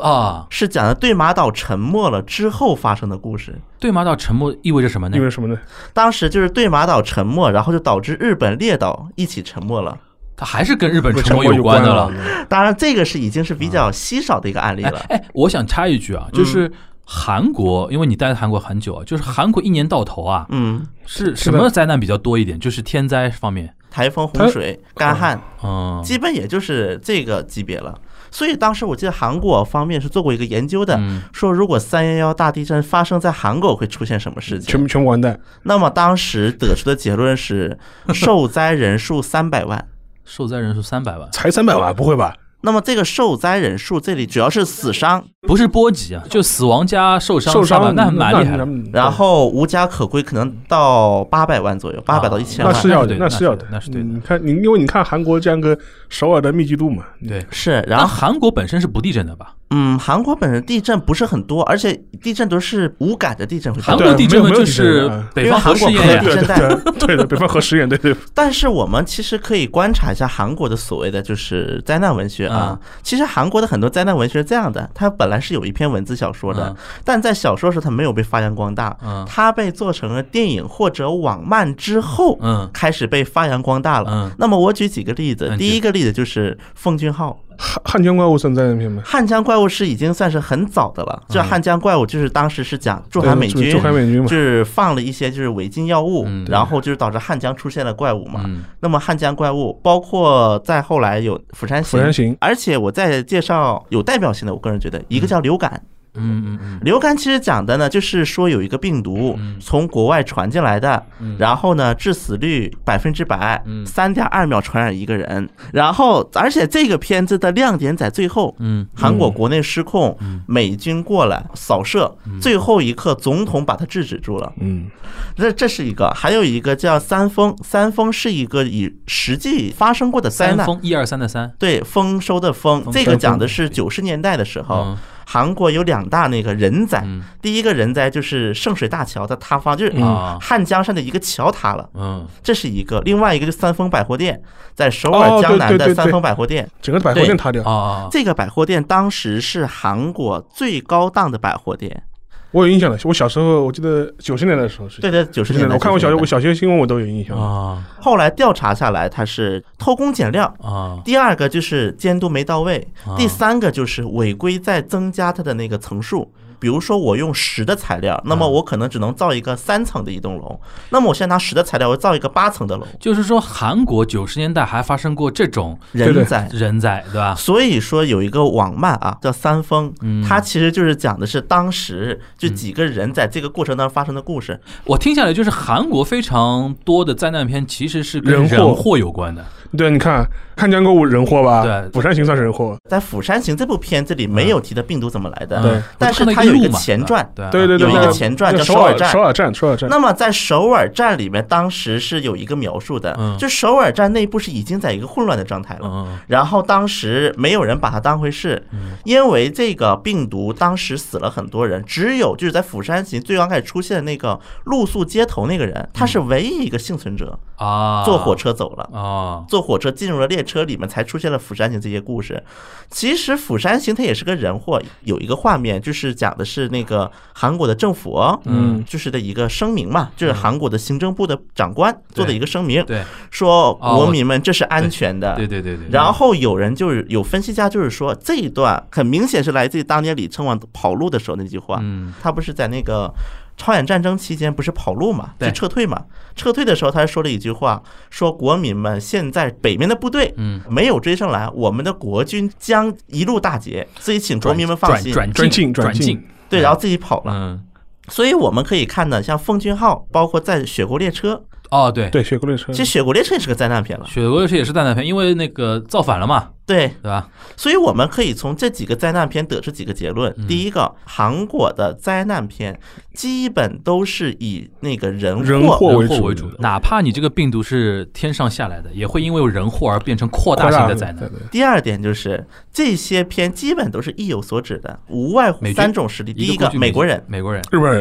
Speaker 3: 啊，
Speaker 4: 是讲的对马岛沉没了之后发生的故事。
Speaker 3: 对马岛沉没意味着什么呢
Speaker 2: 因？为什么呢？
Speaker 4: 当时就是对马岛沉没，然后就导致日本列岛一起沉没了。
Speaker 3: 它还是跟日本沉没
Speaker 2: 有啊
Speaker 3: 有关的
Speaker 2: 的
Speaker 3: 了。，
Speaker 4: 当然，这个是已经是比较稀少的一个案例了。
Speaker 3: 哎，我想插一句啊，就是韩国，因为你待在韩国很久啊，就是韩国一年到头啊，
Speaker 4: 嗯，
Speaker 3: 是
Speaker 2: 是
Speaker 3: 什
Speaker 2: 的
Speaker 3: 么灾难比较多一点？就是天灾方面。
Speaker 4: 台风、洪水、干旱。
Speaker 3: 嗯，
Speaker 4: 基本也就是这个级别了。所以当时我记得韩国方面是做过一个研究的，
Speaker 3: 嗯
Speaker 4: 说如果三幺幺大地震发生在韩国会出现什么事情。
Speaker 3: 嗯
Speaker 2: 全部全部完蛋，
Speaker 4: 那么当时得出的结论是受灾人数三百万。
Speaker 3: 受灾人数三百万，
Speaker 2: 才三百万，不会吧？
Speaker 4: 那么这个受灾人数这里主要是死伤，
Speaker 3: 不是波及啊，就死亡加受伤，
Speaker 2: 受
Speaker 3: 300
Speaker 2: 伤
Speaker 3: 那蛮厉害
Speaker 2: 那
Speaker 3: 的。
Speaker 2: 那
Speaker 4: 然后无家可归可能到八百万左右，八百到一千
Speaker 2: 那
Speaker 4: 万。
Speaker 2: 是要的，
Speaker 3: 啊那是
Speaker 2: 是要的，嗯
Speaker 3: 那是对的
Speaker 2: 你看，你因为你看韩国这样个首尔的密集度嘛，
Speaker 3: 对，
Speaker 4: 是，然
Speaker 3: 然后
Speaker 4: 后
Speaker 3: 韩国本身是不地震的吧？
Speaker 4: 嗯，韩国本身地震不是很多，而且地震都是无感的地震会发
Speaker 3: 韩
Speaker 4: 生。
Speaker 3: 国地震
Speaker 2: 没
Speaker 3: 嘛，
Speaker 2: 有没
Speaker 3: 就
Speaker 2: 有
Speaker 3: 是
Speaker 2: 地震啊
Speaker 3: 北方核试
Speaker 4: 因为韩
Speaker 3: 验
Speaker 4: 国
Speaker 2: 对对
Speaker 3: 呀
Speaker 4: 可能现在
Speaker 2: 对对的，北方核实验，对对，
Speaker 4: 但是我们其实可以观察一下韩国的所谓的就是灾难文学啊。其实韩国的很多灾难文学是这样的，它本来是有一篇文字小说的，
Speaker 3: 嗯
Speaker 4: 但在小说的时候它没有被发扬光大，
Speaker 3: 嗯
Speaker 4: 它被做成了电影或者网漫之后，
Speaker 3: 嗯
Speaker 4: 开始被发扬光大了。
Speaker 3: 嗯
Speaker 4: 那么我举几个例子，
Speaker 3: 嗯
Speaker 4: 第一个例子就是奉俊昊，
Speaker 2: 汉汉江怪物算灾难片吗？
Speaker 4: 汉江怪物是已经算是很早的了。这汉江怪物就是当时是讲驻韩美
Speaker 2: 嗯对
Speaker 4: 军
Speaker 2: 驻。韩美军嘛
Speaker 4: 就，是放了一些就是违禁药物，
Speaker 3: 嗯对
Speaker 4: 然后就是导致汉江出现了怪物嘛。
Speaker 3: 嗯
Speaker 4: 那么汉江怪物，包括在后来有釜山行，
Speaker 2: 釜山行
Speaker 4: 而且我再介绍有代表性的，我个人觉得一个叫流感。
Speaker 3: 嗯嗯嗯，
Speaker 4: 流感其实讲的呢，就是说有一个病毒从国外传进来的，然后呢致死率百分之百，三点二秒传染一个人。然后，而且这个片子的亮点在最后，
Speaker 3: 嗯，
Speaker 4: 韩国国内失控，美军过来扫射，最后一刻总统把它制止住了。
Speaker 2: 嗯，
Speaker 4: 这这是一个，还有一个叫三丰，三丰是一个以实际发生过的灾
Speaker 3: 三
Speaker 4: 难。
Speaker 3: 风一二三的三，
Speaker 4: 对丰收的丰，
Speaker 3: 丰
Speaker 4: 这
Speaker 3: 收
Speaker 4: 个讲的是九十年代的时候
Speaker 3: 嗯，
Speaker 4: 韩国有两大那个人灾
Speaker 3: 嗯。
Speaker 4: 第一个人灾就是圣水大桥的塌方，就是
Speaker 2: 嗯
Speaker 3: 啊
Speaker 4: 汉江上的一个桥塌了，
Speaker 3: 嗯
Speaker 4: 这是一个；另外一个就是三丰百货店，在首
Speaker 2: 哦
Speaker 4: 尔
Speaker 2: 对
Speaker 4: 江南
Speaker 2: 对
Speaker 4: 的
Speaker 2: 对
Speaker 4: 三
Speaker 2: 对
Speaker 4: 丰百货店，
Speaker 2: 整个百货店塌掉
Speaker 3: 啊，啊，
Speaker 4: 这个百货店当时是韩国最高档的百货店。
Speaker 2: 我有印象的。我小时候，我记得九十年代的时候是
Speaker 4: 对对，九十
Speaker 2: 90年
Speaker 4: 年代。
Speaker 2: 代，我看过小学，
Speaker 4: 90年
Speaker 2: 我
Speaker 4: 代
Speaker 2: 小学新闻我都有印象。
Speaker 3: 啊
Speaker 4: 后来调查下来，它是偷工减料。
Speaker 3: 啊
Speaker 4: 第二个就是监督没到位
Speaker 3: 啊，
Speaker 4: 第三个就是违规在增加它的那个层数。比如说我用十的材料，那么我可能只能造一个三层的移动笼，那么我现在拿十的材料，我造一个八层的笼，
Speaker 3: 就是说，韩国九十年代还发生过这种
Speaker 4: 人在。
Speaker 3: 人在，对吧？
Speaker 4: 所以说有一个网漫啊，叫《三丰》，
Speaker 3: 嗯
Speaker 4: 它其实就是讲的是当时就几个人在这个过程当中发生的故事。
Speaker 3: 我听下来就是韩国非常多的灾难片其实是跟
Speaker 2: 人祸
Speaker 3: 人祸有关的，
Speaker 2: 对，你看汉江购物人祸吧，
Speaker 3: 对
Speaker 2: 釜山行算是人祸，
Speaker 4: 在《釜山行》这部片子里没有提到病毒怎么来的，
Speaker 2: 对
Speaker 3: 嗯
Speaker 4: 但是
Speaker 3: 我看到
Speaker 4: 它有
Speaker 3: 一个
Speaker 4: 一个
Speaker 3: 路嘛
Speaker 4: 前传，
Speaker 3: 对吧
Speaker 2: 对对对，
Speaker 4: 啊有一个
Speaker 2: 对
Speaker 4: 前传
Speaker 2: 那
Speaker 4: 叫
Speaker 2: 首
Speaker 4: 首尔
Speaker 2: 尔
Speaker 4: 站
Speaker 2: 首尔站，首尔站，
Speaker 4: 那么在首尔站里面，当时是有一个描述的，
Speaker 3: 嗯
Speaker 4: 就首尔站内部是已经在一个混乱的状态了。
Speaker 3: 嗯嗯嗯
Speaker 4: 然后当时没有人把它当回事，因为这个病毒当时死了很多人，只有就是在釜山行最刚开始出现的那个露宿街头那个人，他是唯一一个幸存者，
Speaker 3: 嗯啊，
Speaker 4: 坐火车走了。
Speaker 3: 啊，
Speaker 4: 坐火车进入了列车里面，才出现了釜山行这些故事。其实釜山行它也是个人祸，有一个画面就是讲的是那个韩国的政府，
Speaker 2: 嗯，
Speaker 4: 就是的一个声明嘛，就是韩国的行政部的长官做的一个声明，
Speaker 3: 嗯对
Speaker 4: 说
Speaker 3: 哦
Speaker 4: 国民们这是安全的。
Speaker 3: 对对对对，
Speaker 4: 然后有人就是有分析家就是说这一段很明显是来自于当年李承晚跑路的时候那句话，
Speaker 3: 嗯
Speaker 4: 他不是在那个朝鲜战争期间不是跑路嘛，
Speaker 3: 对
Speaker 4: 就撤退嘛。撤退的时候，他还说了一句话，说国民们现在北面的部队
Speaker 3: 嗯，
Speaker 4: 没有追上来，我们的国军将一路大捷，所以请国
Speaker 3: 转
Speaker 4: 民们放心。
Speaker 3: 转
Speaker 2: 转
Speaker 3: 进
Speaker 2: 进
Speaker 3: 转
Speaker 2: 转进
Speaker 3: 进，
Speaker 4: 对，然后自己跑了。
Speaker 3: 嗯，
Speaker 4: 所以我们可以看呢，像《奉俊昊》，包括在《雪国列车
Speaker 3: 哦对，
Speaker 2: 对，雪国列车》，
Speaker 4: 其实《雪国列车》也是个灾难片了。
Speaker 3: 雪国列车也是灾难片，因为那个造反了嘛，
Speaker 4: 对，
Speaker 3: 对吧？
Speaker 4: 所以我们可以从这几个灾难片得出几个结论。
Speaker 3: 嗯
Speaker 4: 第一个，韩国的灾难片基本都是以那个人
Speaker 2: 人祸
Speaker 3: 人
Speaker 2: 为
Speaker 3: 祸
Speaker 2: 主
Speaker 3: 为主的，哪怕你这个病毒是天上下来的，也会因为有人祸而变成扩大
Speaker 2: 扩
Speaker 3: 性
Speaker 2: 大
Speaker 3: 的灾难
Speaker 2: 对。对
Speaker 4: 第二点就是这些片基本都是意有所指的，无外乎
Speaker 3: 美军
Speaker 4: 三种实力。第一个
Speaker 3: 估，计
Speaker 4: 美国人
Speaker 3: 美国人，
Speaker 2: 日本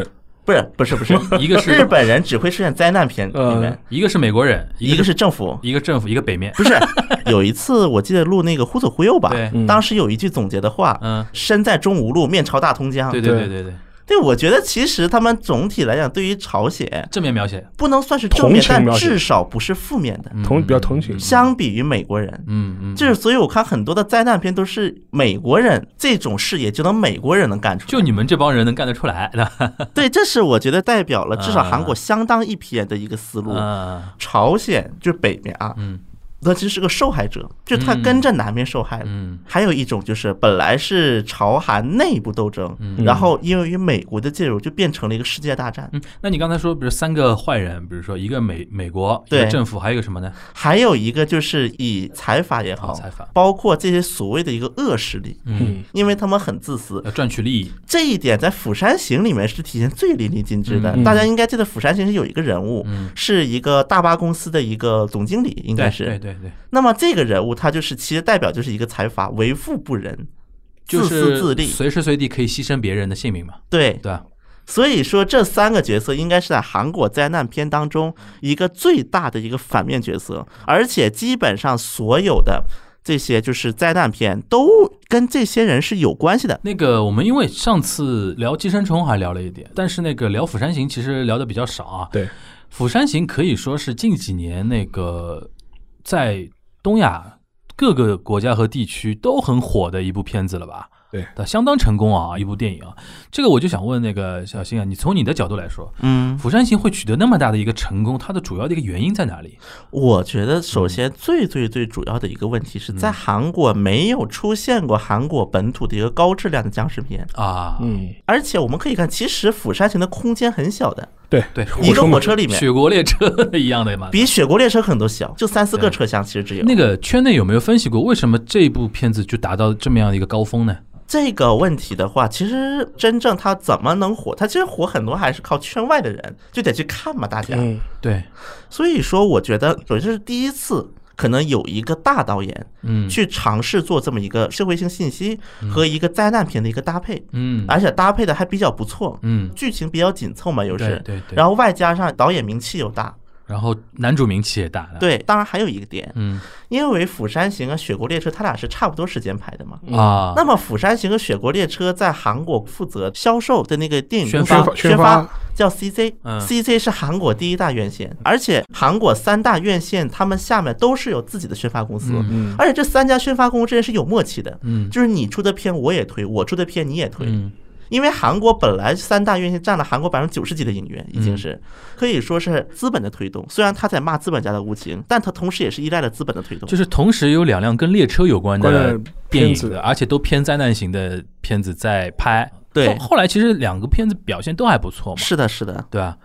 Speaker 2: 人
Speaker 4: 不是不是不是，
Speaker 3: 一个
Speaker 4: 日
Speaker 3: 是
Speaker 4: 本人只会出现灾难片里面
Speaker 2: 呃，
Speaker 3: 一个是美国人，
Speaker 4: 一个是政府，
Speaker 3: 一个政府，一个北面，
Speaker 4: 不是，有一次我记得录那个《忽左忽右》吧
Speaker 3: 对，
Speaker 4: 当时有一句总结的话，
Speaker 3: 嗯
Speaker 4: 身在中无路，面朝大通江。
Speaker 3: 对对对对对，
Speaker 4: 啊对，我觉得其实他们总体来讲，对于朝鲜
Speaker 3: 正面描写，
Speaker 4: 不能算是正
Speaker 2: 同
Speaker 4: 面，
Speaker 2: 情
Speaker 4: 但
Speaker 2: 描写
Speaker 4: 至少不是负面的。
Speaker 3: 嗯
Speaker 2: 同比较同情
Speaker 4: 相比于美国人，
Speaker 3: 嗯嗯，
Speaker 4: 就是所以我看很多的灾难片都是美国人这种视野，就能美国人能干出来。
Speaker 3: 就你们这帮人能干得出来的，
Speaker 4: 对，这是我觉得代表了至少
Speaker 3: 啊
Speaker 4: 韩国相当一批人的一个思路。
Speaker 3: 嗯
Speaker 4: 朝鲜就是北面啊，
Speaker 3: 嗯
Speaker 4: 那其实是个受害者，就他跟着南面受害了。
Speaker 3: 嗯
Speaker 4: 还有一种就是本来是朝韩内部斗争，然后因为与美国的介入，就变成了一个世界大战。
Speaker 3: 嗯。那你刚才说，比如三个坏人，比如说一个美美国，一
Speaker 4: 对
Speaker 3: 个政府，还有一个什么呢？
Speaker 4: 还有一个就是以财阀也
Speaker 3: 哦
Speaker 4: 好
Speaker 3: 财阀，
Speaker 4: 包括这些所谓的一个恶势力，
Speaker 3: 嗯，
Speaker 4: 因为他们很自私，
Speaker 3: 要赚取利益，
Speaker 4: 这一点在《釜山行》里面是体现最淋漓尽致的。
Speaker 2: 嗯
Speaker 4: 大家应该记得，《釜山行》是有一个人物，
Speaker 3: 嗯
Speaker 4: 是一个大巴公司的一个总经理，应
Speaker 3: 对
Speaker 4: 该
Speaker 3: 对
Speaker 4: 是。
Speaker 3: 对对，
Speaker 4: 那么这个人物，他就是其实代表就是一个财阀，为富不仁，
Speaker 3: 就
Speaker 4: 自私自
Speaker 3: 是
Speaker 4: 利。
Speaker 3: 随时随地可以牺牲别人的性命嘛，
Speaker 4: 对，
Speaker 3: 对吧？
Speaker 4: 所以说这三个角色应该是在韩国灾难片当中一个最大的一个反面角色，而且基本上所有的这些就是灾难片都跟这些人是有关系的。
Speaker 3: 那个，我们因为上次聊《寄生虫》还聊了一点，但是那个聊《釜山行》其实聊的比较少啊。
Speaker 2: 对
Speaker 3: 《釜山行》可以说是近几年那个在东亚各个国家和地区都很火的一部片子了吧？
Speaker 2: 对，
Speaker 3: 相当成功啊，一部电影啊。这个我就想问那个小新啊，你从你的角度来说，
Speaker 4: 嗯
Speaker 3: 《釜山行》会取得那么大的一个成功，它的主要的一个原因在哪里？
Speaker 4: 我觉得首先最最最主要的一个问题是在韩国没有出现过韩国本土的一个高质量的僵尸片，
Speaker 3: 啊，
Speaker 2: 嗯，
Speaker 4: 而且我们可以看，其实《釜山行》的空间很小的，
Speaker 2: 对，
Speaker 3: 对，
Speaker 4: 一个
Speaker 2: 车嘛
Speaker 4: 火车里面
Speaker 3: 雪国列车一样的嘛，
Speaker 4: 比《雪国列车》可能都小，就三四个车厢，其实只有。
Speaker 3: 那个圈内有没有分析过，为什么这部片子就达到这么样的一个高峰呢？
Speaker 4: 这个问题的话，其实真正它怎么能火？它其实火很多还是靠圈外的人，就得去看嘛，大家。
Speaker 2: 嗯，
Speaker 3: 对，
Speaker 4: 所以说，我觉得首先是第一次，可能有一个大导演
Speaker 3: 嗯
Speaker 4: 去尝试做这么一个社会性信息和一个灾难片的一个搭配，
Speaker 3: 嗯
Speaker 4: 而且搭配的还比较不错，
Speaker 3: 嗯，
Speaker 4: 剧情比较紧凑嘛，又
Speaker 3: 对
Speaker 4: 是，
Speaker 3: 对对，啊
Speaker 4: 然
Speaker 3: 后
Speaker 4: 后外加上导演名气又大，
Speaker 3: 然后男主名气也大了，，
Speaker 4: 对，当然还有一个点，
Speaker 3: 嗯
Speaker 4: 因为《釜山行》和《雪国列车》它俩是差不多时间拍的嘛，
Speaker 3: 啊，
Speaker 4: 嗯那么《釜山行》和《雪国列车》在韩国负责销售的那个电影
Speaker 3: 宣
Speaker 4: 公司
Speaker 3: 发
Speaker 2: 宣
Speaker 4: 宣
Speaker 2: 发
Speaker 4: 发叫 CZ，CZ、
Speaker 3: 嗯
Speaker 4: CJ 是韩国第一大院线，而且韩国三大院线他们下面都是有自己的宣发公司，
Speaker 2: 嗯
Speaker 4: 而且这三家宣发公司之间是有默契的，
Speaker 3: 嗯
Speaker 4: 就是你出的片我也推，我出的片你也推，
Speaker 3: 嗯
Speaker 4: 因为韩国本来三大院线占了韩国百分之九十几的影院，已经
Speaker 3: 嗯
Speaker 4: 是、可以说是资本的推动。虽然他在骂资本家的无情，但他同时也是依赖了资本的推动。
Speaker 3: 就是同时有两辆跟列车有关
Speaker 2: 关
Speaker 3: 的
Speaker 2: 键
Speaker 3: 电
Speaker 2: 片
Speaker 3: 影
Speaker 2: 子
Speaker 3: 的，而且都偏灾难型的片子在拍。
Speaker 4: 对
Speaker 3: 后，后来其实两个片子表现都还不错嘛，
Speaker 4: 是的，是的，
Speaker 3: 对吧？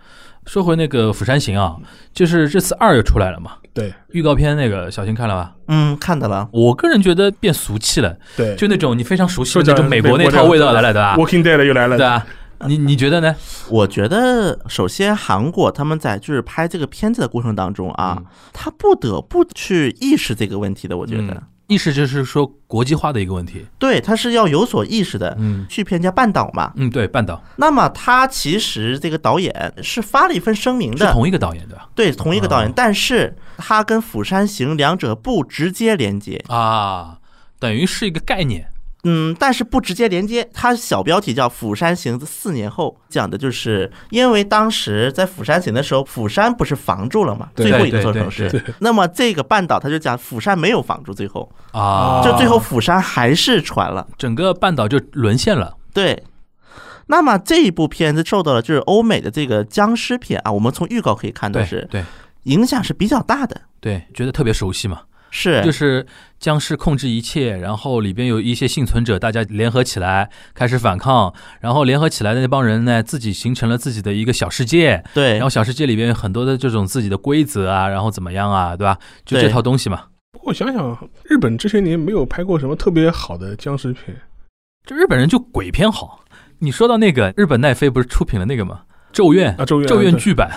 Speaker 3: 说回那个《釜山行》啊，就是这次二又出来了嘛，
Speaker 2: 对
Speaker 3: 预告片那个小新看了吧？
Speaker 4: 嗯，看到了。
Speaker 3: 我个人觉得变俗气了，
Speaker 2: 对，
Speaker 3: 就那种你非常熟悉
Speaker 2: 说
Speaker 3: 的
Speaker 2: 讲
Speaker 3: 那种美国那
Speaker 2: 美国
Speaker 3: 套
Speaker 2: 的
Speaker 3: 味道来了，对吧？
Speaker 2: Walking Dead 又来了，
Speaker 3: 对啊，你你觉得呢？
Speaker 4: 我觉得，首先韩国他们在就是拍这个片子的过程当中啊，
Speaker 3: 嗯
Speaker 4: 他不得不去意识这个问题的。我觉得，
Speaker 3: 嗯意识就是说国际化的一个问题。
Speaker 4: 对，他是要有所意识的。
Speaker 3: 嗯
Speaker 4: 去片家半岛嘛，
Speaker 3: 嗯，对，半岛
Speaker 4: 那么他其实这个导演是发了一份声明
Speaker 3: 是
Speaker 4: 的，
Speaker 3: 同一个导演对吧？
Speaker 4: 对，同一个导演
Speaker 3: 哦，
Speaker 4: 但是他跟《釜山行》两者不直接连接，
Speaker 3: 啊，等于是一个概念。
Speaker 4: 嗯，但是不直接连接，它小标题叫《釜山行》四年后，讲的就是因为当时在釜山行的时候，釜山不是防住了嘛，
Speaker 2: 对
Speaker 4: 最后一个
Speaker 3: 对
Speaker 4: 座
Speaker 3: 对
Speaker 4: 城
Speaker 3: 对
Speaker 4: 市，那么这个半岛他就讲釜山没有防住，最后
Speaker 3: 啊，
Speaker 4: 就最后釜山还是船了，
Speaker 3: 整个半岛就沦陷了。
Speaker 4: 对。那么这一部片子受到了就是欧美的这个僵尸片啊，我们从预告可以看到
Speaker 3: 对
Speaker 4: 是
Speaker 3: 对
Speaker 4: 影响是比较大的，
Speaker 3: 对，觉得特别熟悉嘛，
Speaker 4: 是
Speaker 3: 就是僵尸控制一切，然后里边有一些幸存者，大家联合起来开始反抗，然后联合起来的那帮人呢，自己形成了自己的一个小世界，
Speaker 4: 对
Speaker 3: 然后小世界里边有很多的这种自己的规则啊，然后怎么样啊，对吧？就这
Speaker 4: 对
Speaker 3: 套东西嘛。
Speaker 2: 不过想想，日本这些年没有拍过什么特别好的僵尸片，
Speaker 3: 这日本人就鬼片好。你说到那个日本奈飞不是出品了那个吗？咒怨
Speaker 2: 啊咒怨
Speaker 3: 咒怨
Speaker 2: 对
Speaker 3: 剧版，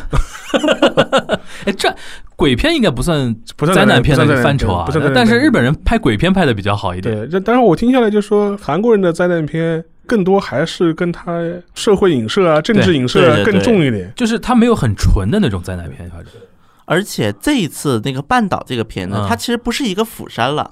Speaker 3: 哎，这鬼片应该不算
Speaker 2: 不算
Speaker 3: 灾难片
Speaker 2: 不算
Speaker 3: 的一
Speaker 2: 灾
Speaker 3: 个
Speaker 2: 难
Speaker 3: 范畴啊
Speaker 2: 不算灾，难
Speaker 3: 但是
Speaker 2: 片
Speaker 3: 日本人拍鬼片拍的比较好一点。
Speaker 2: 对，这当然我听下来就说，韩国人的灾难片更多还是跟他社会影射啊、政治影射啊
Speaker 4: 对对对
Speaker 2: 更重一点。
Speaker 3: 就是他没有很纯的那种灾难片，反正
Speaker 4: 而且这一次那个半岛这个片呢
Speaker 3: 嗯，
Speaker 4: 它其实不是一个釜山了，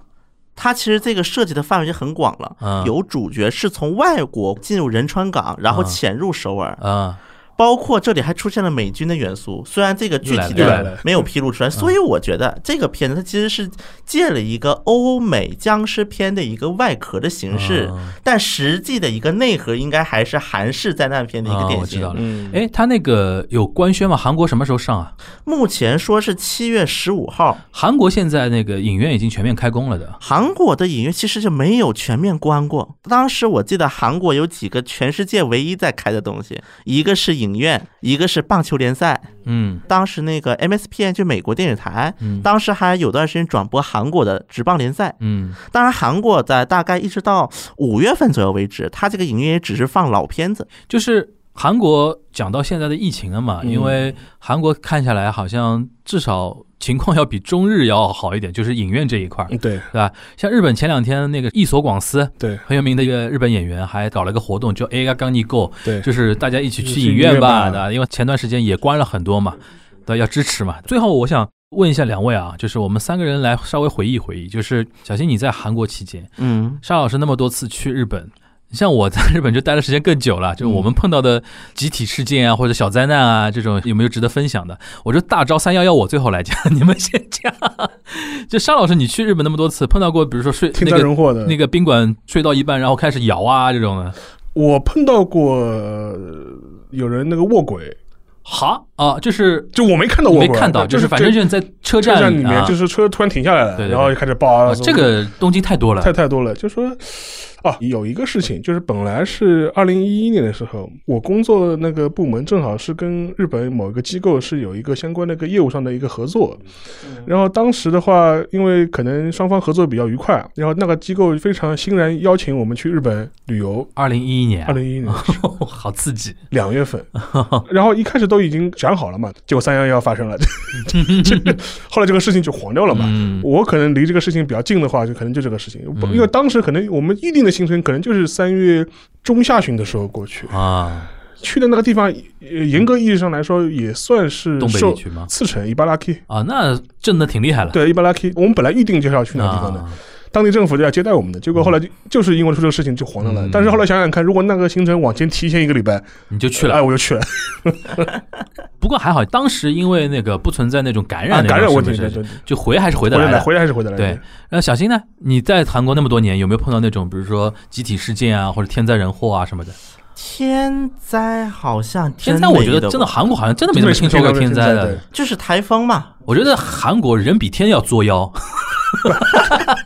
Speaker 4: 它其实这个涉及的范围就很广了。
Speaker 3: 嗯
Speaker 4: 有主角是从外国进入仁川港，然后
Speaker 3: 嗯
Speaker 4: 潜入首尔，
Speaker 3: 啊，
Speaker 4: 包括这里还出现了美军的元素。虽然这个具体
Speaker 3: 又来
Speaker 2: 了
Speaker 3: 嗯
Speaker 4: 的没有披露出来，所以我觉得这个片子它其实是借了一个欧美僵尸片的一个外壳的形式
Speaker 3: 嗯，
Speaker 4: 但实际的一个内核应该还是韩式灾难片的一个
Speaker 3: 啊
Speaker 4: 典
Speaker 3: 我知道了。
Speaker 4: 型。
Speaker 2: 嗯，
Speaker 3: 哎，他那个有官宣吗？韩国什么时候上啊？
Speaker 4: 目前说是七月十五号。
Speaker 3: 韩国现在那个影院已经全面开工了的。
Speaker 4: 韩国的影院其实就没有全面关过。当时我记得韩国有几个全世界唯一在开的东西，一个是影院，一个是棒球联赛。
Speaker 3: 嗯，
Speaker 4: 当时那个 MSPN 就美国电视台，当时还有段时间转播韩国的职棒联赛。
Speaker 3: 嗯，
Speaker 4: 当然，韩国在大概一直到五月份左右为止，它这个影院也只是放老片子。
Speaker 3: 就是韩国讲到现在的疫情了
Speaker 2: 嗯
Speaker 3: 嘛，因为韩国看下来好像至少情况要比中日要好一点，就是影院这一块儿。
Speaker 2: 嗯对，
Speaker 3: 对吧？像日本前两天那个一所广司，
Speaker 2: 对
Speaker 3: 很有名的一个日本演员，还搞了个活动，叫 A 嘎刚尼 Go，
Speaker 2: 对
Speaker 3: 就是大家一起去
Speaker 2: 去
Speaker 3: 影
Speaker 2: 影院
Speaker 3: 院吧，
Speaker 2: 吧
Speaker 3: 对吧？因为前段时间也关了很多嘛，对，要支持嘛。最后我想问一下两位啊，就是我们三个人来稍微回忆回忆，就是小新你在韩国期间，
Speaker 4: 嗯，
Speaker 3: 沙老师那么多次去日本。像我在日本就待的时间更
Speaker 2: 嗯
Speaker 3: 久了，就是我们碰到的集体事件啊，或者小灾难啊，这种有没有值得分享的？我就大招三幺幺，我最后来讲， 你们先讲。就沙老师，你去日本那么多次，碰到过比如说睡
Speaker 2: 听
Speaker 3: 那
Speaker 2: 灾
Speaker 3: 个
Speaker 2: 人祸的
Speaker 3: 那个宾馆睡到一半，然后开始摇啊这种的，
Speaker 2: 我碰到过呃有人那个卧轨，
Speaker 3: 哈啊，就是
Speaker 2: 就我没看到
Speaker 3: 你
Speaker 2: 卧
Speaker 3: 没
Speaker 2: 轨，啊
Speaker 3: 看到，
Speaker 2: 就是是
Speaker 3: 反正
Speaker 2: 就
Speaker 3: 就是在车
Speaker 2: 车站里面，
Speaker 3: 啊
Speaker 2: 就，是车突然停下来了，
Speaker 3: 对对对
Speaker 2: 然后就开始爆啊
Speaker 3: 啊，这个东京太多了
Speaker 2: 太太多了。就说哦，有一个事情，就是本来是二零一一年的时候，我工作的那个部门正好是跟日本某一个机构是有一个相关的一个业务上的一个合作。然后当时的话，因为可能双方合作比较愉快，然后那个机构非常欣然邀请我们去日本旅游。
Speaker 3: 二零一一年啊
Speaker 2: 二，零一一年
Speaker 3: 好刺激，
Speaker 2: 两月份，然后一开始都已经讲好了嘛，结果三幺幺发生了， 这个后来这个事情就黄掉了嘛。
Speaker 3: 嗯
Speaker 2: 我可能离这个事情比较近的话，就可能就这个事情，不因为当时可能我们预定的行程可能就是三月中下旬的时候过去，
Speaker 3: 啊，
Speaker 2: 去的那个地方，呃严格意义上来说也算是
Speaker 3: 东北
Speaker 2: 受
Speaker 3: 地区吗？
Speaker 2: 次城伊巴拉基，
Speaker 3: 啊，那震的挺厉害了。
Speaker 2: 对伊巴拉基，我们本来预定就是要去那个地方的，
Speaker 3: 啊
Speaker 2: 当地政府就要接待我们的，结果后来就就是因为出这个事情就黄掉了。
Speaker 3: 嗯
Speaker 2: 但是后来想想看，如果那个行程往前提前一个礼拜，
Speaker 3: 你就去
Speaker 2: 哎，
Speaker 3: 了。
Speaker 2: 我就去了，
Speaker 3: 不过还好，当时因为那个不存在那种感
Speaker 2: 啊
Speaker 3: 染、，
Speaker 2: 感染问题，
Speaker 3: 是不
Speaker 2: 对
Speaker 3: 是
Speaker 2: 对，对
Speaker 3: 就回还是回
Speaker 2: 回
Speaker 3: 得
Speaker 2: 得
Speaker 3: 来
Speaker 2: 来，
Speaker 3: 的。
Speaker 2: 回来还是回得来，
Speaker 3: 对，那小新呢？你在韩国那么多年，有没有碰到那种比如说集体事件啊，或者天灾人祸啊什么的？
Speaker 4: 天灾好像
Speaker 3: 天灾我觉得真的
Speaker 4: 的
Speaker 3: 韩国好像真的没怎么听说过天灾的。
Speaker 4: 就是台风嘛，
Speaker 3: 我觉得韩国人比天要 作妖，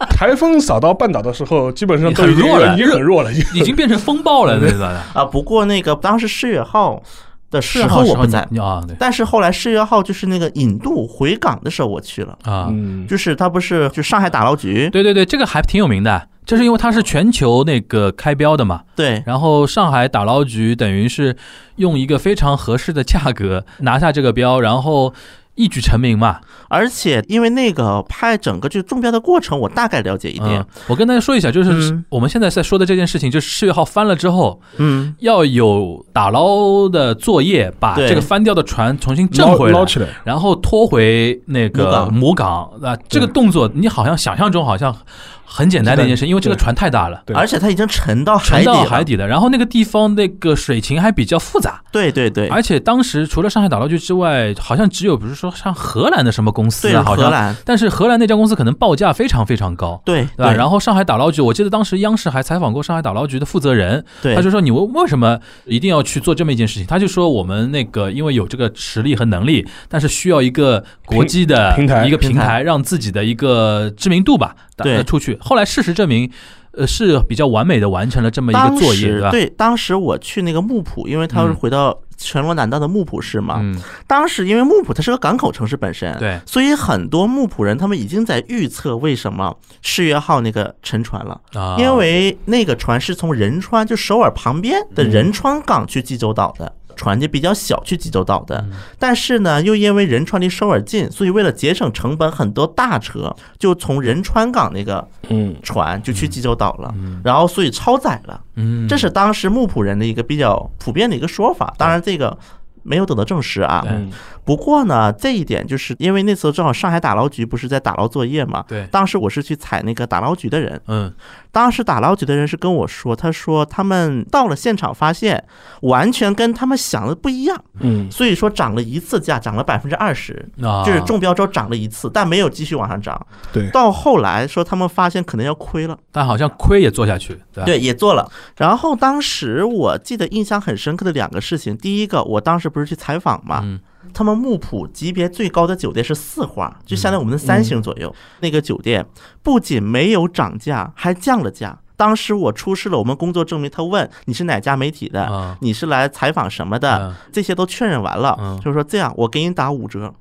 Speaker 2: 台风扫到半岛的时候，基本上都已经
Speaker 3: 很弱了
Speaker 2: 已经很弱了，已经
Speaker 3: 已经变成风暴了，对吧？
Speaker 4: 啊，不过那个当时世越号的时候
Speaker 3: 是
Speaker 4: 我不在，
Speaker 3: 你啊，对
Speaker 4: 但是后来世越号就是那个引渡回港的时候我去了，
Speaker 3: 啊，
Speaker 2: 嗯，
Speaker 4: 就是他不是就上海打捞局，
Speaker 3: 对对对，这个还挺有名的，就是因为它是全球那个开标的嘛，
Speaker 4: 对
Speaker 3: 然后上海打捞局等于是用一个非常合适的价格拿下这个标，然后一举成名嘛。
Speaker 4: 而且因为那个拍整个就中标的过程我大概了解一点
Speaker 3: 嗯，，我跟大家说一下，就是
Speaker 4: 嗯
Speaker 3: 我们现在在说的这件事情，就是世越号翻了之后，
Speaker 4: 嗯，
Speaker 3: 要有打捞的作业，把
Speaker 4: 对
Speaker 3: 这个翻掉的船重新
Speaker 2: 捞
Speaker 3: 正回
Speaker 2: 捞
Speaker 3: 来。
Speaker 2: 起来，
Speaker 3: 然后拖回那个母港啊，这个动作你好像想象中好像很简单的一件事，因为这个船太大了，
Speaker 2: 对
Speaker 4: 而且它已经沉到海
Speaker 3: 沉
Speaker 4: 底
Speaker 3: 到
Speaker 4: 了，
Speaker 3: 海底了。然后那个地方那个水情还比较复杂，
Speaker 4: 对对对，
Speaker 3: 而且当时除了上海打捞局之外，好像只有比如说像荷兰的什么公司
Speaker 4: 对
Speaker 3: 啊，好
Speaker 4: 荷
Speaker 3: 像，
Speaker 4: 兰，
Speaker 3: 但是荷兰那家公司可能报价非常非常高。
Speaker 4: 对
Speaker 3: 对吧？然
Speaker 4: 后
Speaker 3: 后上海打捞局，我记得当时央视还采访过上海打捞局的负责人，
Speaker 4: 对
Speaker 3: 他就说你为为什么一定要去做这么一件事情？他就说我们那个因为有这个实力和能力，但是需要一个国际的
Speaker 2: 平平台
Speaker 3: 一个平
Speaker 4: 平
Speaker 3: 台，
Speaker 4: 台
Speaker 3: 让自己的一个知名度吧，打呃
Speaker 4: 对
Speaker 3: 出去。后来事实证明，呃，是比较完美的完成了这么一个
Speaker 4: 当
Speaker 3: 作业，
Speaker 4: 时
Speaker 3: 对吧？
Speaker 4: 对，当时我去那个木浦，因为他是
Speaker 3: 嗯
Speaker 4: 回到全罗南道的木浦市嘛。
Speaker 3: 嗯，
Speaker 4: 当时因为木浦它是个港口城市本身，
Speaker 3: 对
Speaker 4: 所以很多木浦人他们已经在预测为什么世越号那个沉船了，
Speaker 3: 啊，
Speaker 4: 因为那个船是从仁川，就首尔旁边的
Speaker 3: 嗯
Speaker 4: 仁川港去济州岛的。船就比较小，去济州岛的，
Speaker 3: 嗯
Speaker 4: 但是呢，又因为仁川离首尔近，所以为了节省成本，很多大车就从仁川港那个
Speaker 2: 嗯，
Speaker 4: 船就去济州岛了，然后所以超载了。
Speaker 3: 嗯，
Speaker 4: 这是当时木浦人的一个比较普遍的一个说法，当然这个没有得到证实啊。
Speaker 3: 对
Speaker 4: 不过呢，这一点就是因为那时候正好上海打捞局不是在打捞作业嘛，
Speaker 3: 对，
Speaker 4: 当时我是去采那个打捞局的人，
Speaker 3: 嗯
Speaker 4: 当时打捞局的人是跟我说，他说他们到了现场发现完全跟他们想的不一样，
Speaker 2: 嗯，
Speaker 4: 所以说涨了一次价，涨了百分之二十，
Speaker 3: 啊，
Speaker 4: 就是中标之后涨了一次，但没有继续往上涨。
Speaker 2: 对
Speaker 4: 到后来说他们发现可能要亏了。
Speaker 3: 但好像亏也做下去，
Speaker 2: 哎
Speaker 3: 对吧？
Speaker 4: 对，也做了。然后当时我记得印象很深刻的两个事情，第一个，我当时不是去采访嘛，
Speaker 3: 嗯
Speaker 4: 他们木浦级别最高的酒店是四花，就相当于我们的三星左右。
Speaker 3: 嗯
Speaker 4: 那个酒店不仅没有涨价，还降了价。当时我出示了我们工作证明，他问你是哪家媒体的，
Speaker 3: 啊，
Speaker 4: 你是来采访什么的，
Speaker 3: 嗯
Speaker 4: 这些都确认完了，
Speaker 3: 嗯
Speaker 4: 就是说这样，我给你打五折。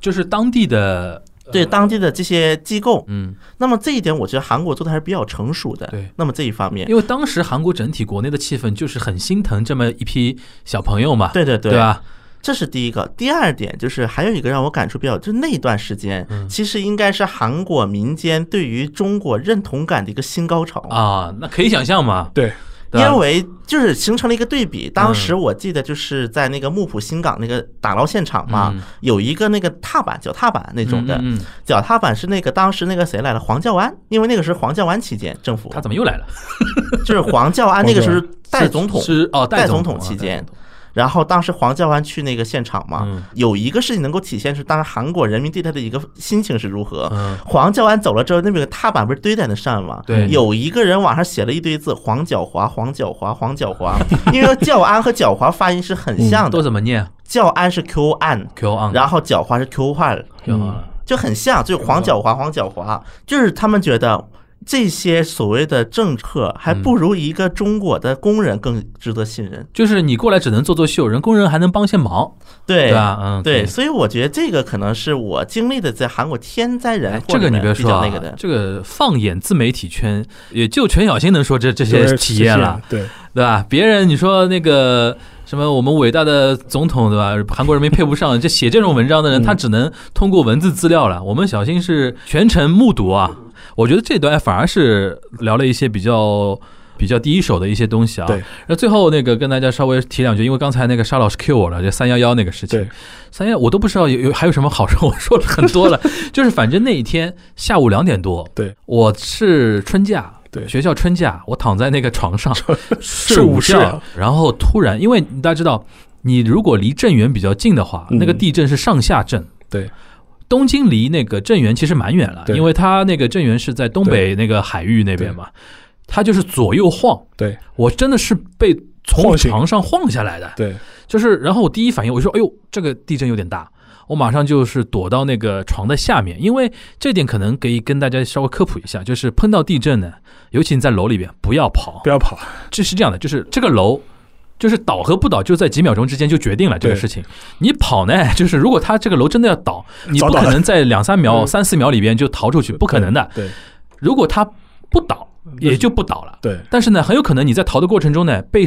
Speaker 3: 就是当地的，
Speaker 4: 对当地的这些机构，
Speaker 3: 嗯，
Speaker 4: 那么这一点我觉得韩国做的还是比较成熟的。
Speaker 3: 对，
Speaker 4: 那么这一方面，
Speaker 3: 因为当时韩国整体国内的气氛就是很心疼这么一批小朋友嘛，
Speaker 4: 对对对，
Speaker 3: 对啊吧？
Speaker 4: 这是第一个。第二点就是还有一个让我感触比较，就那段时间，
Speaker 3: 嗯
Speaker 4: 其实应该是韩国民间对于中国认同感的一个新高潮。
Speaker 3: 啊，那可以想象嘛，
Speaker 2: 对，
Speaker 3: 对啊嗯吧
Speaker 4: 因为就是形成了一个对比，当时我记得就是在那个木浦新港那个打捞现场嘛，
Speaker 3: 嗯
Speaker 4: 有一个那个踏板脚踏板那种的，
Speaker 3: 嗯嗯嗯
Speaker 4: 脚踏板是那个当时那个谁来了黄教安，因为那个时候黄教安期间政府
Speaker 3: 他怎么又来了？
Speaker 4: 就是黄教安那个时候是代总统
Speaker 3: 是哦，
Speaker 4: 戴
Speaker 3: 总
Speaker 4: 总统
Speaker 3: 啊
Speaker 4: 期
Speaker 3: 戴
Speaker 4: 间
Speaker 3: 总统
Speaker 4: 然后当时黄教安去那个现场嘛，
Speaker 3: 嗯
Speaker 4: 有一个事情能够体现是当时韩国人民对他的一个心情是如何。
Speaker 3: 嗯
Speaker 4: 黄教安走了之后，那边有个踏板不是堆在那上吗？嗯
Speaker 3: 对
Speaker 4: 有一个人往上写了一堆字：黄狡猾，黄狡猾，黄狡猾。因为教安和狡猾发音是很像的，
Speaker 3: 都怎么念
Speaker 4: 教安是 Q 安，
Speaker 3: ？Q on，
Speaker 4: 然后狡猾是 Q 换，
Speaker 3: Q on，
Speaker 4: 就很像，就是黄狡猾，黄狡猾，就是他们觉得。这些所谓的政客，还
Speaker 3: 嗯
Speaker 4: 不如一个中国的工人更值得信任。
Speaker 3: 就是你过来只能做做秀，人工人还能帮些忙，
Speaker 4: 对
Speaker 3: 对吧？嗯，
Speaker 4: 对，
Speaker 3: 可以。
Speaker 4: 所以我觉得这个可能是我经历的在韩国天灾人
Speaker 3: 哎
Speaker 4: 祸，
Speaker 3: 这个你
Speaker 4: 里面
Speaker 3: 别说啊
Speaker 4: 比较那个的，，
Speaker 3: 这个放眼自媒体圈，也就全小新能说这这些
Speaker 2: 就是
Speaker 3: 体验了，，
Speaker 2: 对，
Speaker 3: 对吧？别人你说那个什么，我们伟大的总统，对吧？韩国人民配不上，这写这种文章的人，
Speaker 2: 嗯
Speaker 3: 他只能通过文字资料了。我们小新是全程目睹啊，我觉得这段反而是聊了一些比较。比较第一手的一些东西啊，
Speaker 2: 对。
Speaker 3: 那最后那个跟大家稍微提两句，因为刚才那个沙老师 Q 我了，这三幺幺那个事情
Speaker 2: 对，
Speaker 3: 三幺我都不知道有有还有什么好说，我说了很多 了，就是反正那一天下午两点多，
Speaker 2: 对，
Speaker 3: 我是春假，
Speaker 2: 对
Speaker 3: 学校春假，我躺在那个床 上，
Speaker 2: 睡啊
Speaker 3: 睡
Speaker 2: 午
Speaker 3: 午
Speaker 2: 觉
Speaker 3: 觉，然后突然，因为大家知道，你如果离震源比较近的话，
Speaker 2: 嗯
Speaker 3: 那个地震是上下震。
Speaker 2: 对，
Speaker 3: 东京离那个震源其实蛮远了，
Speaker 2: 对
Speaker 3: 因为它那个震源是在东北那个海域那边嘛，它就是左右晃。
Speaker 2: 对，
Speaker 3: 我真的是被从
Speaker 2: 晃醒
Speaker 3: 床上晃下来的，
Speaker 2: 对，
Speaker 3: 就是，然后我第一反应我就说，哎呦，这个地震有点大，我马上就是躲到那个床的下面，因为这点可能可以跟大家稍微科普一下，就是碰到地震呢，尤其你在楼里边不要跑
Speaker 2: 不，要跑，
Speaker 3: 这是这样的，就是这个楼。就是倒和不倒，就在几秒钟之间就决定了这个
Speaker 2: 对
Speaker 3: 事情。你跑呢， 就是如果它这个楼真的要倒，你
Speaker 2: 早
Speaker 3: 不
Speaker 2: 倒
Speaker 3: 可
Speaker 2: 了
Speaker 3: 能在两三秒、
Speaker 2: 嗯
Speaker 3: 三四秒里边就逃出去， 不可能的。
Speaker 2: 对嗯
Speaker 3: 如果它不倒，也就不倒了。
Speaker 2: 对，
Speaker 3: 但是呢，很有可能你在逃的过程中呢，被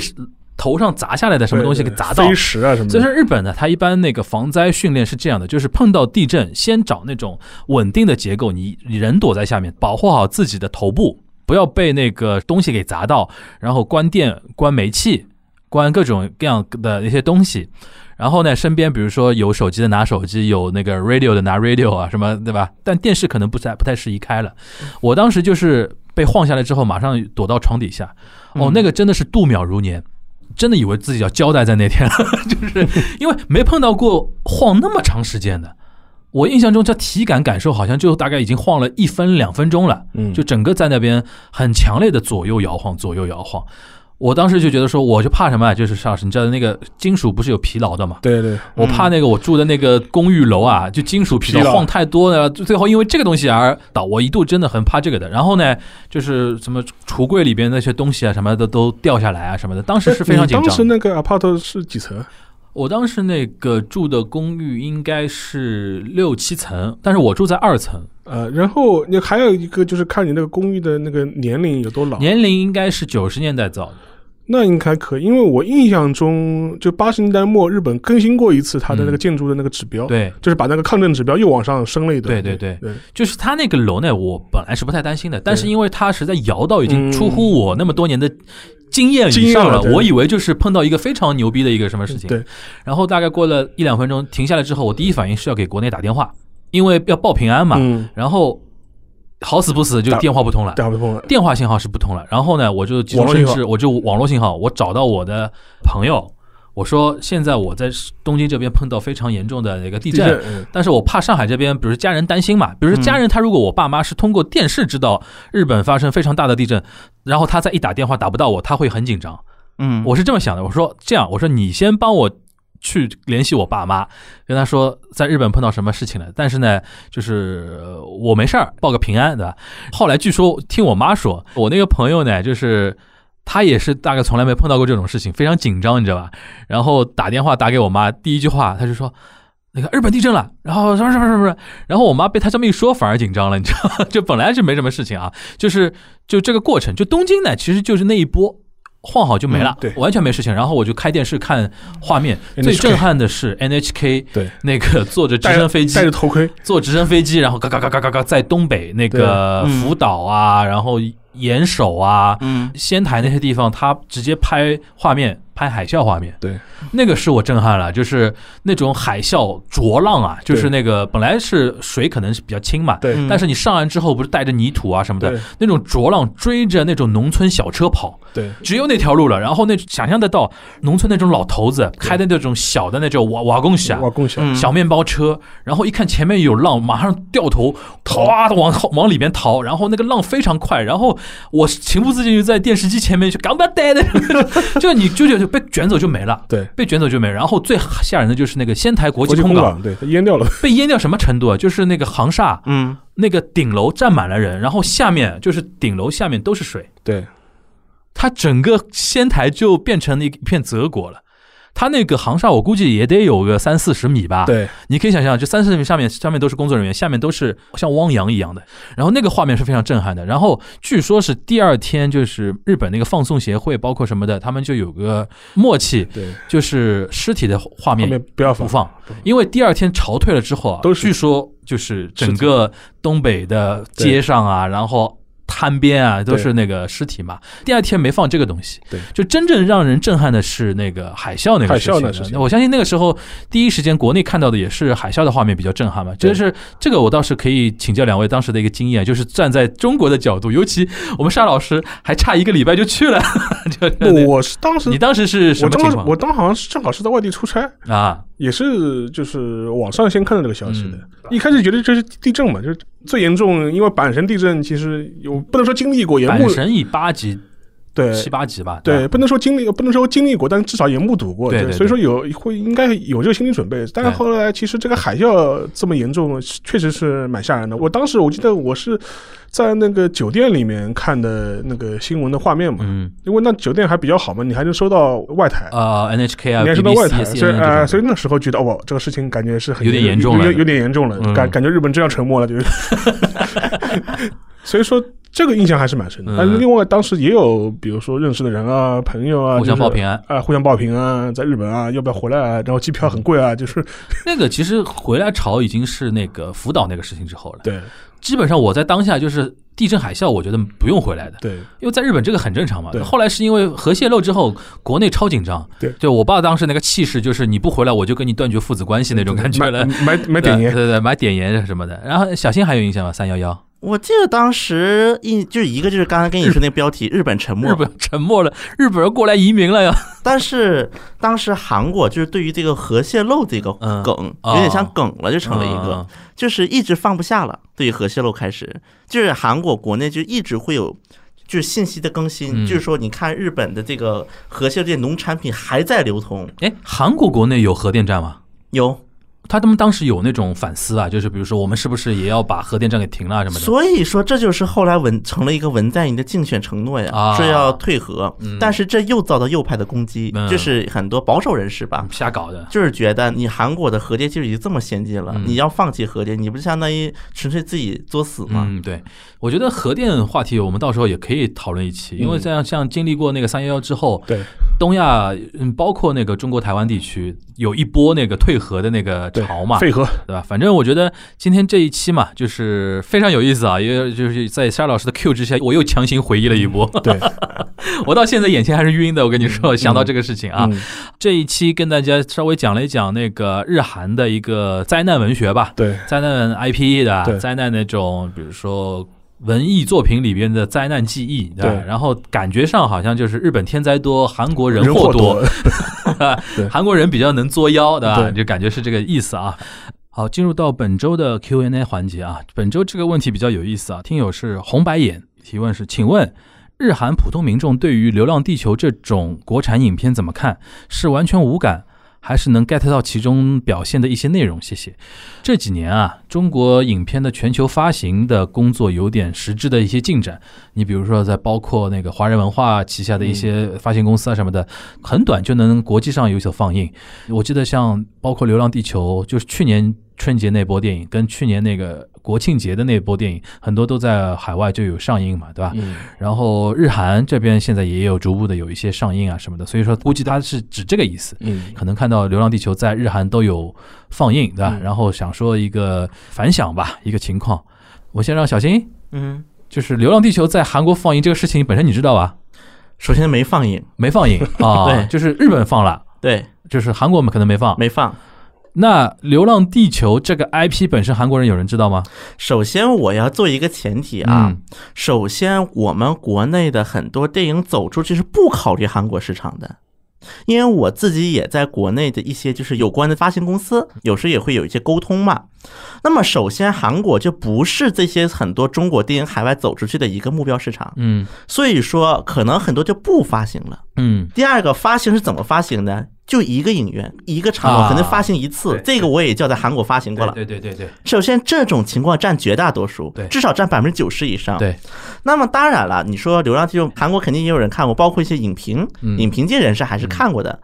Speaker 3: 头上砸下来的什么东西给
Speaker 2: 对
Speaker 3: 砸到，
Speaker 2: 飞石啊什么
Speaker 3: 所以说
Speaker 2: 的，
Speaker 3: 日本呢，它一般那个防灾训练是这样的，就是碰到地震，先找那种稳定的结构，你你人躲在下面，保护好自己的头部，不要被那个东西给砸到，然后关电、关煤气、关各种各样的一些东西。然后呢，身边比如说有手机的拿手机，有那个 radio 的拿 radio 啊，什么对吧？但电视可能不太不太适宜开了。我当时就是被晃下来之后，马上躲到床底下。哦，
Speaker 2: 嗯
Speaker 3: 那个真的是度秒如年，真的以为自己要交代在那天了，就是因为没碰到过晃那么长时间的。我印象中，这体感感受好像就大概已经晃了一分两分钟了，
Speaker 2: 嗯
Speaker 3: 就整个在那边很强烈的左右摇晃，左右摇晃。我当时就觉得说，我就怕什么啊，就是上你知道那个金属不是有疲劳的嘛，
Speaker 2: 对对，
Speaker 3: 我怕那个我住的那个公寓楼啊，就金属疲
Speaker 2: 嗯疲
Speaker 3: 劳
Speaker 2: 劳
Speaker 3: 晃太多了，最后因为这个东西而倒。我一度真的很怕这个的。然后呢，就是什么橱柜里边那些东西啊什么的都掉下来啊什么的，当时是非常紧
Speaker 2: 嗯你当时
Speaker 3: 张的。
Speaker 2: 那个 apart 是几层？啊
Speaker 3: 我当时那个住的公寓应该是六七层，但是我住在二层，
Speaker 2: 呃，然后你还有一个就是看你那个公寓的那个年龄有多老，
Speaker 3: 年龄应该是九十年代造的。
Speaker 2: 那应该可以，因为我印象中就八十年代末日本更新过一次它的那个
Speaker 3: 嗯
Speaker 2: 建筑的那个指标，，
Speaker 3: 对，
Speaker 2: 就是把那个抗震指标又往上升了一段，
Speaker 3: 对对对
Speaker 2: 对，
Speaker 3: 就是它那个楼呢，我本来是不太担心的，但是
Speaker 2: 对
Speaker 3: 因为它实在摇到已经
Speaker 2: 嗯
Speaker 3: 出乎我那么多年的经验
Speaker 2: 经
Speaker 3: 以
Speaker 2: 验
Speaker 3: 上
Speaker 2: 了
Speaker 3: 了，
Speaker 2: 对
Speaker 3: 我以为就是碰到一个非常牛逼的一个什么事情。
Speaker 2: 对，
Speaker 3: 然后大概过了一两分钟，停下来之后，我第一反应是要给国内打电话，因为要报平安嘛。
Speaker 2: 嗯，
Speaker 3: 然后好死不死就
Speaker 2: 打
Speaker 3: 电话不通了，
Speaker 2: 打不通了，
Speaker 3: 电话信号是不通了。然后呢，我就急中
Speaker 2: 网络信
Speaker 3: 生
Speaker 2: 号
Speaker 3: 智，我就网络信号，我找到我的朋友，我说现在我在东京这边碰到非常严重的那个地
Speaker 2: 地
Speaker 3: 震，
Speaker 2: 嗯
Speaker 3: 但是我怕上海这边，比如家人担心嘛，比如说家人他如果我爸妈是通过电视知道日本发生非常大的地震，然后他再一打电话打不到我，他会很紧张。
Speaker 4: 嗯，
Speaker 3: 我是这么想的，我说这样，我说你先帮我去联系我爸妈，跟他说在日本碰到什么事情了，但是呢，就是呃我没事儿，报个平安，对吧？后来据说听我妈说，我那个朋友呢，就是。他也是大概从来没碰到过这种事情，非常紧张，你知道吧？然后打电话打给我妈，第一句话他就说：“那个日本地震了。”然后什么什么什么什么，然后我妈被他这么一说，反而紧张了，你知道吗？ 就本来是没什么事情啊，就是就这个过程，就东京呢，其实就是那一波晃好就没了
Speaker 2: 嗯，对
Speaker 3: 完全没事情。然后我就开电视看画面，
Speaker 2: NHK
Speaker 3: 最震撼的是 NHK
Speaker 2: 对
Speaker 3: 那个坐着直
Speaker 2: 戴
Speaker 3: 升飞机
Speaker 2: 戴着头盔，
Speaker 3: 坐直升飞机，然后嘎嘎嘎嘎嘎嘎在东北那个
Speaker 4: 对嗯
Speaker 3: 福岛啊，然后岩手啊。
Speaker 4: 嗯
Speaker 3: 仙台那些地方，他直接拍画面，拍海啸画面，
Speaker 2: 对，
Speaker 3: 那个是我震撼了，就是那种海啸浊浪啊，就是
Speaker 2: 对
Speaker 3: 那个本来是水可能是比较清嘛，
Speaker 2: 对
Speaker 4: 嗯
Speaker 3: 但是你上岸之后不是带着泥土啊什么的
Speaker 2: 对，
Speaker 3: 那种浊浪追着那种农村小车跑，
Speaker 2: 对，
Speaker 3: 只有那条路了。然后那想象得到农村那种老头子开的那种小的那种瓦瓦工侠。
Speaker 2: 哇，共享，
Speaker 4: 嗯
Speaker 3: 小面包车，然后一看前面有浪，马上掉头，哗的往后往里边逃，然后那个浪非常快，然后我情不自禁就在电视机前面就干巴呆的， 就你就觉得被卷走就没了，
Speaker 2: 对，
Speaker 3: 被卷走就没了。然后最吓人的就是那个仙台国
Speaker 2: 国
Speaker 3: 际
Speaker 2: 际
Speaker 3: 空
Speaker 2: 空
Speaker 3: 港
Speaker 2: 港，对，淹 掉了，
Speaker 3: 被淹掉什么程度啊？就是那个航厦，
Speaker 4: 嗯
Speaker 3: 那个顶楼站满了人，然后下面就是顶楼下面都是水，
Speaker 2: 对，
Speaker 3: 它整个仙台就变成了一片泽国了。它那个航厦，我估计也得有个三四十米吧。，
Speaker 2: 对，
Speaker 3: 你可以想象，就三四十米上面，上面都是工作人员，下面都是像汪洋一样的。然后那个画面是非常震撼的。然后据说是第二天，就是日本那个放送协会，包括什么的，他们就有个默契，
Speaker 2: 对，
Speaker 3: 就是尸体的画
Speaker 2: 后
Speaker 3: 面
Speaker 2: 面不要
Speaker 3: 不
Speaker 2: 放，
Speaker 3: 放，因为第二天潮退了之后啊，
Speaker 2: 都是
Speaker 3: 据说就是整个东北的街上啊，然后滩边啊，都是那个尸体嘛。第二天没放这个东西，
Speaker 2: 对
Speaker 3: 就真正让人震撼的是那个海啸那个事
Speaker 2: 海啸
Speaker 3: 情
Speaker 2: 那
Speaker 3: 了。
Speaker 2: 事情
Speaker 3: 那我相信那个时候第一时间国内看到的也是海啸的画面比较震撼嘛。这
Speaker 2: 对
Speaker 3: 是这个我倒是可以请教两位当时的一个经验，就是站在中国的角度，尤其我们沙老师还差一个礼拜就去了，就
Speaker 2: 那我是当时
Speaker 3: 你。当时是什
Speaker 2: 我
Speaker 3: 么
Speaker 2: 当
Speaker 3: 情
Speaker 2: 时
Speaker 3: 况
Speaker 2: 我当好像是正好是在外地出差，
Speaker 3: 啊？
Speaker 2: 也是就是网上先看到这个消息的
Speaker 3: 嗯，
Speaker 2: 一开始觉得这是地震嘛，就是最严重，因为阪神地震其实有不能说经历过，也
Speaker 3: 阪
Speaker 2: 目呃
Speaker 3: 神以八级
Speaker 2: 对
Speaker 3: 七八集吧，
Speaker 2: 对，
Speaker 3: 吧
Speaker 2: 不能说经历，不能说经历过，但至少也目睹过。
Speaker 3: 对对
Speaker 2: 所以说有会应该有这个心理准备。但是
Speaker 3: 对
Speaker 2: 后来其实这个海啸这么严重，确实是蛮吓人的。我当时我记得我是在那个酒店里面看的那个新闻的画面嘛，
Speaker 3: 嗯，
Speaker 2: 因为那酒店还比较好嘛，你还能收到外台。
Speaker 3: 呃，NHK 啊
Speaker 2: 你还收到外台，
Speaker 3: ，BBC、
Speaker 2: 所以呃，所
Speaker 3: CNN
Speaker 2: 以那时候觉得哦，这个事情感觉是很
Speaker 3: 有点严重了
Speaker 2: 有有有点严重了，
Speaker 3: 嗯
Speaker 2: 感感觉日本真要沉没了，就是。 所以说这个印象还是蛮深的。但是
Speaker 3: 嗯
Speaker 2: 另外，当时也有比如说认识的人啊、朋友啊，
Speaker 3: 互
Speaker 2: 就
Speaker 3: 相
Speaker 2: 是
Speaker 3: 报平安。
Speaker 2: 啊，互相报平啊，在日本啊，要不要回来啊？然后机票很贵啊，就是
Speaker 3: 那个其实回来潮已经是那个福岛那个事情之后了，
Speaker 2: 对
Speaker 3: 基本上我在当下就是地震海啸，我觉得不用回来的。
Speaker 2: 对
Speaker 3: 因为在日本这个很正常嘛
Speaker 2: 对。
Speaker 3: 后来是因为核泄漏之后，国内超紧张。
Speaker 2: 对
Speaker 3: 我爸当时那个气势就是你不回来，我就跟你断绝父子关系那种感觉
Speaker 2: 买
Speaker 3: 了。
Speaker 2: 买买点
Speaker 3: 对
Speaker 2: 烟，
Speaker 3: 对对，买点盐什么的。然后小新还有印象吗？三幺幺，
Speaker 4: 我记得当时一就是一个就是刚才跟你说那个标题，日本沉没，
Speaker 3: 日本沉没了，日本人过来移民了呀。
Speaker 4: 但是当时韩国就是对于这个核泄漏这个
Speaker 3: 嗯
Speaker 4: 梗，
Speaker 3: 哦
Speaker 4: 有点像梗了，就成了一个
Speaker 3: 嗯，
Speaker 4: 就是一直放不下了。对于核泄漏开始，就是韩国国内就一直会有。就是信息的更新，
Speaker 3: 嗯
Speaker 4: 就是说，你看日本的这个核泄漏这些农产品还在流通，
Speaker 3: 哎，韩国国内有核电站吗？
Speaker 4: 有，
Speaker 3: 他他们当时有那种反思啊，就是比如说我们是不是也要把核电站给停了啊什么的？
Speaker 4: 所以说这就是后来文成了一个文在寅的竞选承诺呀
Speaker 3: 啊，
Speaker 4: 说要退核，但是这又遭到右派的攻击
Speaker 3: 嗯，
Speaker 4: 就是很多保守人士
Speaker 2: 啊
Speaker 4: 吧，
Speaker 3: 瞎搞的。
Speaker 4: 就是觉得你韩国的核电技术已经这么先进了，
Speaker 3: 嗯
Speaker 4: 你要放弃核电，你不是相当于纯粹自己作死吗？
Speaker 3: 嗯，对，我觉得核电话题我们到时候也可以讨论一期，因为这样像经历过那个三幺幺之后，
Speaker 2: 嗯对
Speaker 3: 东亚，嗯，包括那个中国台湾地区，有一波那个退核的那个
Speaker 2: 对
Speaker 3: 潮嘛，
Speaker 2: 废核，
Speaker 3: 对吧？反正我觉得今天这一期嘛，就是非常有意思啊，因为就是在沙老师的 Q 之下，我又强行回忆了一波。
Speaker 2: 对
Speaker 3: 我到现在眼前还是晕的，我跟你说，想到这个事情 啊，
Speaker 2: 嗯
Speaker 3: 这一期跟大家稍微讲了一讲那个日韩的一个灾难文 学吧，
Speaker 2: 对
Speaker 3: 灾难 IP 的
Speaker 2: 对
Speaker 3: 啊，灾难那种，比如说。文艺作品里边的灾难记忆，对吧
Speaker 2: 对
Speaker 3: 然后感觉上好像就是日本天灾多，韩国人
Speaker 2: 祸
Speaker 3: 祸多，，
Speaker 2: 对
Speaker 3: 韩国人比较能作妖，对吧？
Speaker 2: 对
Speaker 3: 就感觉是这个意思啊。好，进入到本周的 Q&A 环节啊。本周这个问题比较有意思啊，听友是红白眼提问是：请问日韩普通民众对于《流浪地球》这种国产影片怎么看？是完全无感，还是能 get 到其中表现的一些内容？谢谢。这几年啊，中国影片的全球发行的工作有点实质的一些进展。你比如说，在包括那个华人文化旗下的一些发行公司啊什么的，很短就能国际上有所放映。我记得像包括《流浪地球》，就是去年春节那波电影，跟去年那个国庆节的那波电影，很多都在海外就有上映嘛，对吧？
Speaker 2: 嗯
Speaker 3: 然后日韩这边现在也有逐步的有一些上映啊什么的，所以说估计它是指这个意思。
Speaker 2: 嗯
Speaker 3: 可能看到《流浪地球》在日韩都有放映，对吧？
Speaker 4: 嗯
Speaker 3: 然后想说一个反响吧，一个情况。我先让小新，
Speaker 4: 嗯，
Speaker 3: 就是《流浪地球》在韩国放映这个事情本身你知道吧？
Speaker 4: 首先没放映，
Speaker 3: 没 放映啊，
Speaker 4: 对
Speaker 3: 就是日本放了，
Speaker 4: 对，
Speaker 3: 就是韩国我们可能没放。
Speaker 4: 没放。
Speaker 3: 那《流浪地球》这个 IP 本身，韩国人有人知道吗？
Speaker 4: 首先我要做一个前提啊，
Speaker 3: 嗯
Speaker 4: 首先我们国内的很多电影走出去是不考虑韩国市场的。因为我自己也在国内的一些就是有关的发行公司，有时也会有一些沟通嘛。那么首先，韩国就不是这些很多中国电影海外走出去的一个目标市场，
Speaker 3: 嗯
Speaker 4: 所以说可能很多就不发行了。
Speaker 3: 嗯，
Speaker 4: 第二个发行是怎么发行的？就一个影院，一个场
Speaker 3: 啊
Speaker 4: 馆可能发行一次，
Speaker 3: 对
Speaker 4: 这个我也叫在韩国发行过了。
Speaker 3: 对对对
Speaker 4: 首先，这种情况占绝大多数
Speaker 3: 对，
Speaker 4: 至少占百分之九十以上。
Speaker 3: 对，
Speaker 4: 那么当然了，你说《流浪地球》，韩国肯定也有人看过，包括一些影评
Speaker 3: 嗯，
Speaker 4: 影评界人士还是看过的。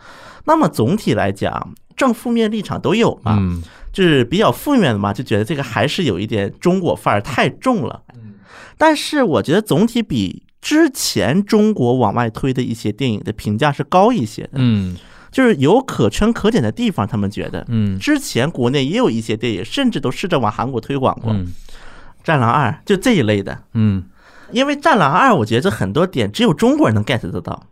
Speaker 4: 那么总体来讲，正负面立场都有嘛。
Speaker 3: 嗯
Speaker 4: 就是比较负面的嘛，就觉得这个还是有一点中国范儿太重了。
Speaker 3: 嗯
Speaker 4: 但是我觉得总体比之前中国往外推的一些电影的评价是高一些的，
Speaker 3: 嗯
Speaker 4: 就是有可圈可点的地方，他们觉得。
Speaker 3: 嗯
Speaker 4: 之前国内也有一些电影，甚至都试着往韩国推广过，
Speaker 3: 嗯
Speaker 4: 战狼二》就这一类的。
Speaker 3: 嗯
Speaker 4: 因为《战狼二》，我觉得这很多点只有中国人能 get 得到。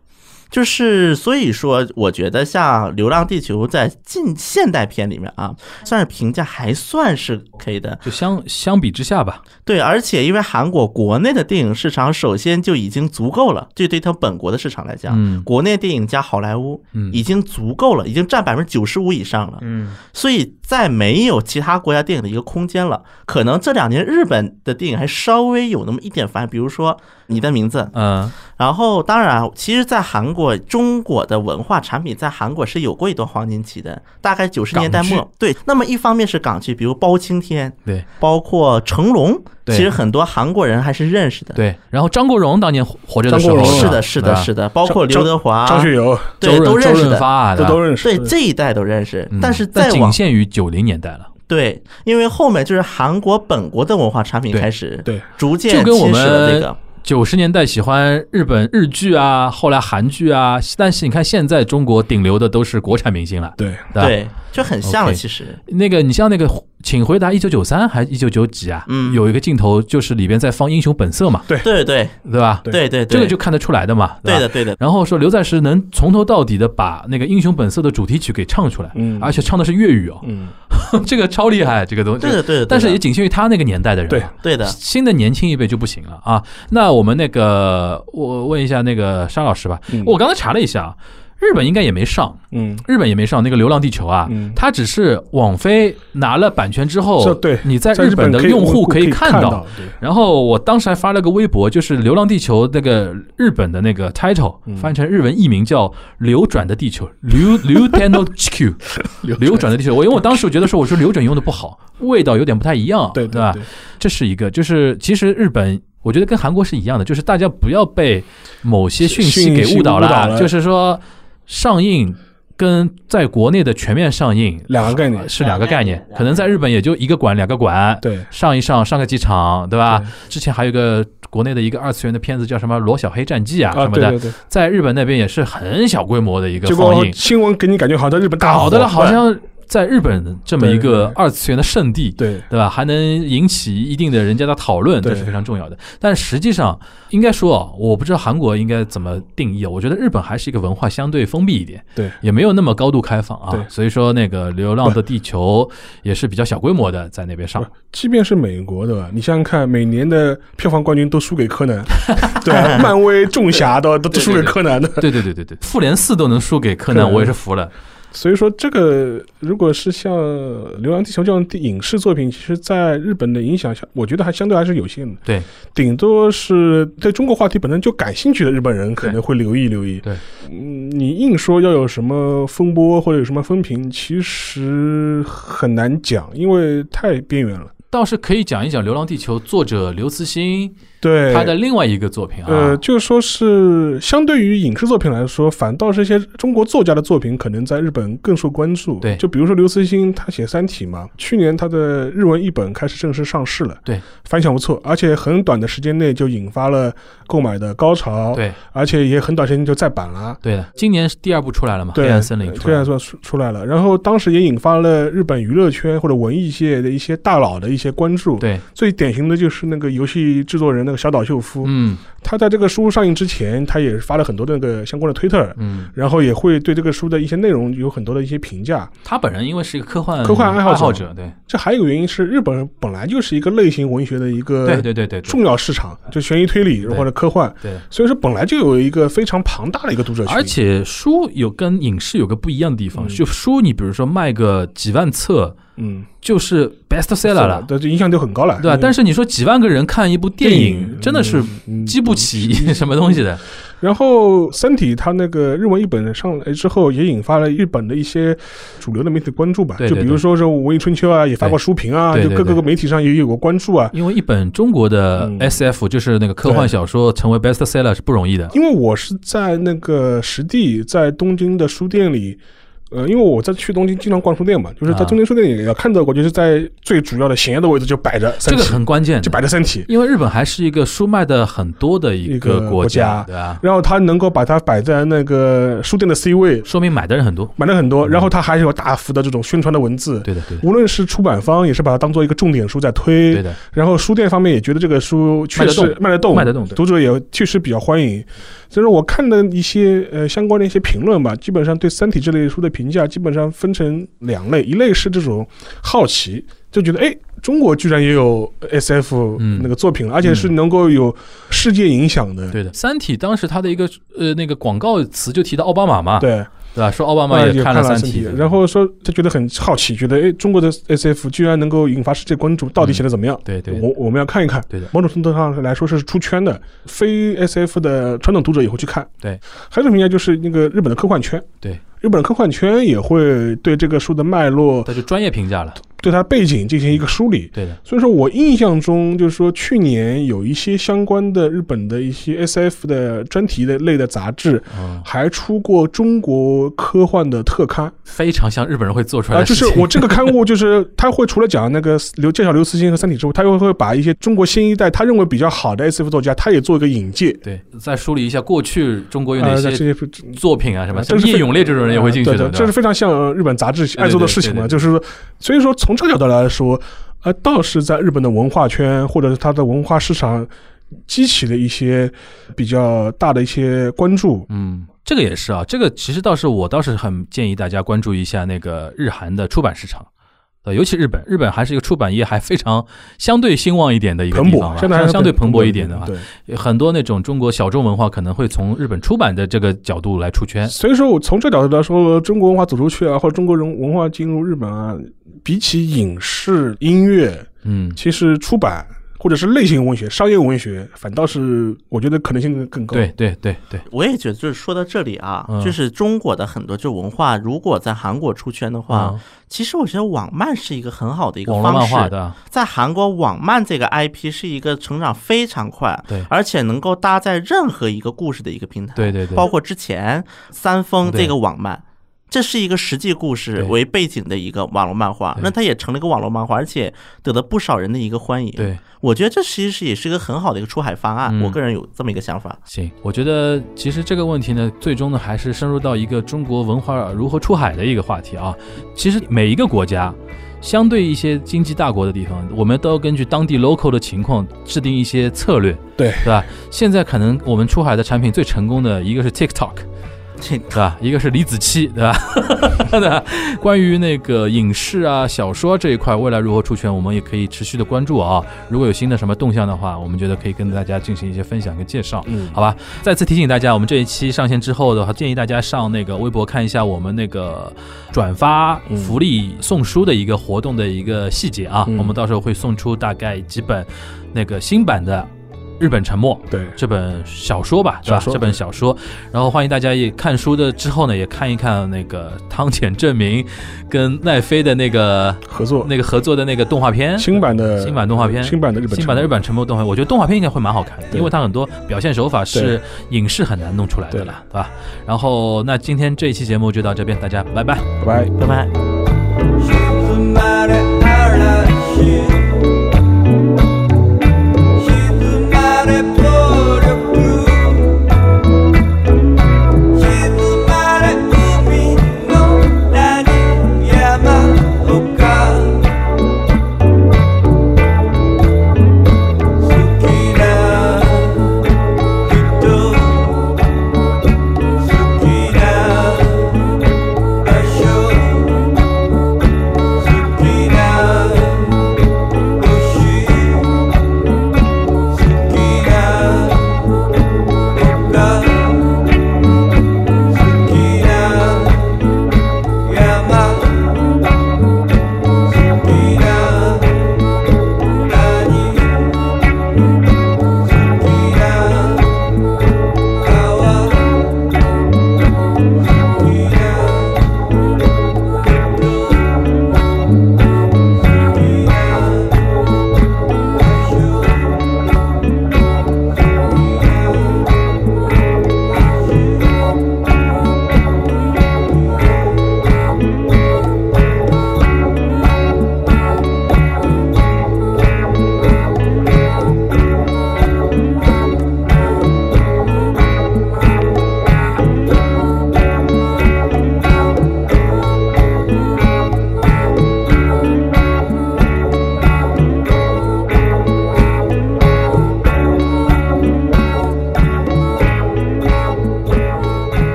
Speaker 4: 就是所以说，我觉得像《流浪地球》在近现代片里面啊，算是评价还算是可以的。
Speaker 3: 就相相比之下吧，
Speaker 4: 对，而且因为韩国国内的电影市场首先就已经足够了，这对它本国的市场来讲，
Speaker 3: 嗯
Speaker 4: 国内电影加好莱坞
Speaker 3: 嗯
Speaker 4: 已经足够了，已经占百分之九十五以上了。
Speaker 3: 嗯，
Speaker 4: 所以在没有其他国家电影的一个空间了。可能这两年日本的电影还稍微有那么一点烦，比如说《你的名字》，
Speaker 3: 呃，
Speaker 4: 然后，当然，其实，在韩国，中国的文化产品在韩国是有过一段黄金期的，大概九十年代
Speaker 3: 港
Speaker 4: 末。对，那么一方面是港剧，比如包青天，
Speaker 3: 对
Speaker 4: 包括成龙，其
Speaker 3: 对
Speaker 4: 实很多韩国人还是认识的。，哦
Speaker 3: 对。然后张国荣当年活活着的
Speaker 2: 张
Speaker 3: 时
Speaker 2: 国
Speaker 3: 候，
Speaker 2: 荣
Speaker 4: 是的，是
Speaker 3: 对啊
Speaker 4: 的，
Speaker 3: 吧
Speaker 4: 是的，包括
Speaker 2: 张
Speaker 4: 刘德华、
Speaker 2: 张学友
Speaker 4: 对
Speaker 3: 周
Speaker 4: 都
Speaker 3: 润周
Speaker 4: 认识
Speaker 3: 润
Speaker 4: 的。
Speaker 3: 发啊，
Speaker 2: 这
Speaker 3: 吧
Speaker 2: 都认识，
Speaker 4: 对这一代都认识，
Speaker 3: 嗯
Speaker 4: 但是
Speaker 3: 但
Speaker 4: 再
Speaker 3: 仅
Speaker 4: 往
Speaker 3: 限于九零年代了，
Speaker 4: 对，因为后面就是韩国本国的文化产品
Speaker 3: 对
Speaker 4: 开始
Speaker 2: 对
Speaker 4: 逐
Speaker 3: 就
Speaker 4: 渐
Speaker 3: 跟我
Speaker 4: 侵蚀了这
Speaker 3: 们
Speaker 4: 个。
Speaker 3: 九十年代喜欢日本日剧啊，后来韩剧啊，但是你看现在中国顶流的都是国产明星了，
Speaker 2: 对
Speaker 3: 吧？
Speaker 4: 对，就很像了。
Speaker 3: OK
Speaker 4: 其实，
Speaker 3: 那个你像那个《请回答一九九三》还一九九几啊？
Speaker 4: 嗯
Speaker 3: 有一个镜头就是里边在放《英雄本色》嘛，
Speaker 4: 对对
Speaker 3: 对吧？
Speaker 2: 对
Speaker 4: 对对对，
Speaker 3: 这个就看得出来的嘛，
Speaker 4: 对
Speaker 3: 吧？
Speaker 4: 的对的，
Speaker 3: 然后说刘在石能从头到底的把那个《英雄本色》的主题曲给唱出来，
Speaker 2: 嗯
Speaker 3: 而且唱的是粤语哦，
Speaker 2: 嗯，
Speaker 3: 这个超厉害，这个东西。
Speaker 4: 对的对的，
Speaker 3: 但是
Speaker 4: 对的
Speaker 3: 也仅限于他那个年代的人、啊。
Speaker 2: 对
Speaker 4: 对的，
Speaker 3: 新的年轻一辈就不行了啊。那我们那个，我问一下那个沙老师吧，
Speaker 2: 嗯
Speaker 3: 我刚才查了一下啊，日本应该也没上，
Speaker 2: 嗯
Speaker 3: 日本也没上那个《流浪地球》啊，
Speaker 2: 嗯
Speaker 3: 它只是网飞拿了版权之后
Speaker 2: 这，对
Speaker 3: 你在
Speaker 2: 在
Speaker 3: 日本的
Speaker 2: 可以
Speaker 3: 用户
Speaker 2: 可
Speaker 3: 可以
Speaker 2: 看
Speaker 3: 看到。，
Speaker 2: 对
Speaker 3: 然后我当时还发了个微博，就是《流浪地球》那个日本的那个 title
Speaker 2: 嗯
Speaker 3: 翻译成日文译名叫《流转的地球》流流 t a n o Q 流转的地球。我因为我当时我觉得说，我说流转用的不好，味道有点不太一样，
Speaker 2: 对
Speaker 3: 对吧？
Speaker 2: 对，
Speaker 3: 这是一个，就是其实日本。我觉得跟韩国是一样的，就是大家不要被某些讯息
Speaker 2: 讯
Speaker 3: 给
Speaker 2: 息
Speaker 3: 误导
Speaker 2: 误导了
Speaker 3: 就是说上映跟在国内的全面上映
Speaker 2: 两个概念
Speaker 3: 是两个概念
Speaker 5: 两个概，念
Speaker 3: 可能在日本也就一个馆两个馆，
Speaker 2: 对
Speaker 3: 上一上上个几场，对吧
Speaker 2: 对？
Speaker 3: 之前还有一个国内的一个二次元的片子叫什么《罗小黑战记》啊
Speaker 2: 啊
Speaker 3: 什么
Speaker 2: 对
Speaker 3: 的，
Speaker 2: 对对，
Speaker 3: 在日本那边也是很小规模的一个
Speaker 2: 结
Speaker 3: 放
Speaker 2: 果
Speaker 3: 映，
Speaker 2: 新闻给你感觉好像在日本大
Speaker 3: 搞
Speaker 2: 火
Speaker 3: 得了好像在日本这么一个
Speaker 2: 对对对
Speaker 3: 二次元的圣地，
Speaker 2: 对
Speaker 3: 对吧？还能引起一定的人家的讨论，
Speaker 2: 对
Speaker 3: 这是非常重要的。但实际上，应该说啊，我不知道韩国应该怎么定义啊。我觉得日本还是一个文化相对封闭一点，
Speaker 2: 对，
Speaker 3: 也没有那么高度开放啊
Speaker 2: 对。
Speaker 3: 所以说，那个《流浪的地球》也是比较小规模的在那边上。
Speaker 2: 即便是美国的，你想想看，每年的票房冠军都输给柯 南，对吧？漫威众侠都都都输给柯南的，
Speaker 3: 对对对对对，复联四都能输给柯
Speaker 2: 柯
Speaker 3: 南，
Speaker 2: 南
Speaker 3: 我也是服了。
Speaker 2: 所以说这个如果是像《流浪地球》这样的影视作品，其实在日本的影响下，我觉得还相对还是有限的，
Speaker 3: 对，
Speaker 2: 顶多是对中国话题本身就感兴趣的日本人可能会留意留意。
Speaker 3: 对，
Speaker 2: 嗯，你硬说要有什么风波或者有什么风评，其实很难讲，因为太边缘了。
Speaker 3: 倒是可以讲一讲《流浪地球》作者刘慈欣
Speaker 2: 对，
Speaker 3: 他的另外一个作品
Speaker 2: 呃，
Speaker 3: 啊，
Speaker 2: 就说是相对于影视作品来说，反倒是一些中国作家的作品可能在日本更受关注。
Speaker 3: 对
Speaker 2: 就比如说刘慈欣，他写《三体》嘛，去年他的日文译本开始正式上市了，
Speaker 3: 对，
Speaker 2: 反响不错，而且很短的时间内就引发了购买的高潮，，
Speaker 3: 对
Speaker 2: 而且也很短时间就再版了。
Speaker 3: 对的，今年是第二部出来了嘛，《
Speaker 2: 对，
Speaker 3: 黑暗森林》出
Speaker 2: 黑
Speaker 3: 来
Speaker 2: 暗
Speaker 3: 了。
Speaker 2: 森林出出来了，然后当时也引发了日本娱乐圈或者文艺界的一些大佬的一些关注。
Speaker 3: 对，
Speaker 2: 最典型的就是那个游戏制作人那个小岛秀夫，
Speaker 3: 嗯
Speaker 2: 他在这个书上映之前，他也发了很多的那个相关的推特，
Speaker 3: 嗯，
Speaker 2: 然后也会对这个书的一些内容有很多的一些评价。
Speaker 3: 他本人因为是一个科幻
Speaker 2: 科幻
Speaker 3: 爱
Speaker 2: 爱好者嗯
Speaker 3: 者，对
Speaker 2: 这还有一个原因是，日本人本来就是一个类型文学的一
Speaker 3: 对
Speaker 2: 个
Speaker 3: 对对对对
Speaker 2: 重要市场，就悬疑推理
Speaker 3: 对
Speaker 2: 或者科幻，
Speaker 3: 对。
Speaker 2: 所以说本来就有一个非常庞大的一个读者群。
Speaker 3: 而且书有跟影视有个不一样的地方，
Speaker 2: 嗯
Speaker 3: 就书你比如说卖个几万册，
Speaker 2: 嗯，
Speaker 3: 就是 best seller 了，
Speaker 2: 对，这影响就很高了，
Speaker 3: 对吧？啊但
Speaker 2: 是
Speaker 3: 是你说几万个人看一部
Speaker 2: 嗯
Speaker 3: 电
Speaker 2: 电
Speaker 3: 影，
Speaker 2: 影嗯
Speaker 3: 真的是激不起什么东西的。
Speaker 2: 然后《三体》它那个日文译本上来之后，也引发了日本的一些主流的媒体关注吧，
Speaker 3: 对对
Speaker 2: 就比如说这《文艺春秋》啊，也发过书评啊，
Speaker 3: 对对对
Speaker 2: 就各个媒体上也有过关注啊。
Speaker 3: 因为一本中国的
Speaker 2: 嗯
Speaker 3: SF 就是那个科幻
Speaker 2: 对
Speaker 3: 小说成为 best seller 是不容易的。
Speaker 2: 因为我是在那个实地在东京的书店里呃，因为我在去东京经常逛书店嘛，就是在
Speaker 3: 啊
Speaker 2: 东京书店也也看到过，就是在最主要的显眼的位置就摆着
Speaker 3: 这
Speaker 2: 三
Speaker 3: 个
Speaker 2: 体，
Speaker 3: 很关键
Speaker 2: 就
Speaker 3: 的，
Speaker 2: 摆着三体，
Speaker 3: 因为日本还是一个书卖的很多的一
Speaker 2: 一个
Speaker 3: 个
Speaker 2: 国
Speaker 3: 家，
Speaker 2: 家
Speaker 3: 对吧？
Speaker 2: 然后他能够把它摆在那个书店的 C 位，
Speaker 3: 说明买的人很多，
Speaker 2: 买了很多，然后他还有大幅的这种宣传的文字。
Speaker 3: 对的，对的，
Speaker 2: 无论是出版方也是把它当做一个重点书在推，
Speaker 3: 对的，
Speaker 2: 然后书店方面也觉得这个书确实卖得动，
Speaker 3: 卖得动对
Speaker 2: 读者也确实比较欢迎。所以说我看的一些呃相关的一些评论吧，基本上对《三体》这类书的评价基本上分成两类，一类是这种好奇，就觉得哎，中国居然也有 SF
Speaker 3: 嗯
Speaker 2: 那个作品了，而且是能够有世界影响的。
Speaker 3: 对的。《三体》当时它的一个呃那个广告词就提到奥巴马嘛，对
Speaker 2: 对，
Speaker 3: 吧？说奥巴马
Speaker 2: 当然
Speaker 3: 也
Speaker 2: 看
Speaker 3: 了《
Speaker 2: 三
Speaker 3: 体》，
Speaker 2: 然后说他觉得很好奇，觉得哎，中国的 SF 居然能够引发世界关注，
Speaker 3: 嗯
Speaker 2: 到底写的怎么样？
Speaker 3: 对对
Speaker 2: 我我们要看一看。
Speaker 3: 对的
Speaker 2: 某种程度上来说是出圈的，非 SF 的传统读者也会去看。
Speaker 3: 对，
Speaker 2: 还有一种评价就是那个日本的科幻圈，
Speaker 3: 对，
Speaker 2: 日本的科幻圈也会对这个书的脉络、
Speaker 3: 那就专业评价了，
Speaker 2: 对它背景进行一个梳理。
Speaker 3: 对的，
Speaker 2: 所以说我印象中，就是说去年有一些相关的日本的一些 SF 的专题的类的杂志，
Speaker 3: 嗯，
Speaker 2: 还出过中国科幻的特刊。
Speaker 3: 非常像日本人会做出来
Speaker 2: 啊，
Speaker 3: 的
Speaker 2: 就
Speaker 3: 事
Speaker 2: 是
Speaker 3: 情。
Speaker 2: 我这个刊物，就是他会除了讲那个刘介绍刘慈欣和《三体》之后，他又会把一些中国新一代他认为比较好的 SF 作家，他也做一个引介。
Speaker 3: 对，再梳理一下过去中国有哪
Speaker 2: 啊，这
Speaker 3: 些
Speaker 2: 些
Speaker 3: 作品啊，什么
Speaker 2: 啊
Speaker 3: 像
Speaker 2: 这是
Speaker 3: 叶
Speaker 2: 非
Speaker 3: 永烈这种人也会进去
Speaker 2: 对
Speaker 3: 的，
Speaker 2: 这是非常像日本杂志
Speaker 3: 对
Speaker 2: 爱做的事情
Speaker 3: 对
Speaker 2: 嘛。
Speaker 3: 对
Speaker 2: 就是说，所以说从这个角度来说，呃，倒是在日本的文化圈或者是它的文化市场激起了一些比较大的一些关注。
Speaker 3: 嗯，这个也是啊，这个其实倒是我倒是很建议大家关注一下那个日韩的出版市场。呃，尤其日本，日本还是一个出版业还非常相对兴旺一点的一个
Speaker 2: 蓬
Speaker 3: 地方
Speaker 2: 勃，
Speaker 3: 吧，
Speaker 2: 现在还是
Speaker 3: 相对蓬勃一点的话，
Speaker 2: 对，
Speaker 3: 很多那种中国小众文化可能会从日本出版的这个角度来出圈。
Speaker 2: 哎所以说我从这角度来说，中国文化走出去啊，或者中国人文化进入日本啊，比起影视、音乐，
Speaker 3: 嗯，
Speaker 2: 其实出版或者是类型文学、商业文学，反倒是我觉得可能性更高。
Speaker 3: 对，对对对，
Speaker 4: 我也觉得，就是说到这里啊，
Speaker 3: 嗯
Speaker 4: 就是中国的很多就文化，如果在韩国出圈的话，
Speaker 3: 嗯
Speaker 4: 其实我觉得网漫是一个很好的一个
Speaker 3: 网络
Speaker 4: 方
Speaker 3: 漫画
Speaker 4: 式。
Speaker 3: 的，啊
Speaker 4: 在韩国，网漫这个 IP 是一个成长非常快，
Speaker 3: 对
Speaker 4: 而且能够搭载任何一个故事的一个平台，
Speaker 3: 对对对
Speaker 4: 包括之前三丰
Speaker 3: 对
Speaker 4: 这个网漫。这是一个实际故事
Speaker 3: 对
Speaker 4: 为背景的一个网络漫画
Speaker 3: 对，
Speaker 4: 那它也成了一个网络漫画，而且得到不少人的一个欢迎。
Speaker 3: 对，
Speaker 4: 我觉得这其实是也是一个很好的一个出海方案。
Speaker 3: 嗯
Speaker 4: 我个人有这么一个想法。
Speaker 3: 行，我觉得其实这个问题呢，最终呢还是深入到一个中国文化如何出海的一个话题啊。其实每一个国家，相对一些经济大国的地方，我们都要根据当地 local 的情况制定一些策略，
Speaker 2: 对
Speaker 3: 对吧？现在可能我们出海的产品最成功的一个是 TikTok，
Speaker 4: 这
Speaker 3: 对吧？一个是李子柒，对吧？ 对吧？关于那个影视啊、小说这一块，未来如何出圈，我们也可以持续的关注啊。如果有新的什么动向的话，我们觉得可以跟大家进行一些分享跟介绍。
Speaker 2: 嗯，
Speaker 3: 好吧，再次提醒大家，我们这一期上线之后的话，建议大家上那个微博看一下我们那个转发
Speaker 2: 嗯
Speaker 3: 福利送书的一个活动的一个细节啊，
Speaker 2: 嗯
Speaker 3: 我们到时候会送出大概几本那个新版的。日本沉默
Speaker 2: 对，
Speaker 3: 这本小说吧，对吧
Speaker 2: 小？说嗯
Speaker 3: 这本小说，然后欢迎大家也看书的之后呢，也看一看那个汤浅证明跟奈飞的那个
Speaker 2: 合作
Speaker 3: 那个合作的那个动画片，
Speaker 2: 嗯新版的
Speaker 3: 新版动画片
Speaker 2: 新版的日本，
Speaker 3: 新版的日本沉默动画，我觉得动画片应该会蛮好看的，
Speaker 2: 对
Speaker 3: 因为它很多表现手法是
Speaker 2: 对
Speaker 3: 影视很难弄出来的了，对吧？然后那今天这一期节目就到这边，大家拜拜。
Speaker 2: 拜拜。
Speaker 4: 拜拜。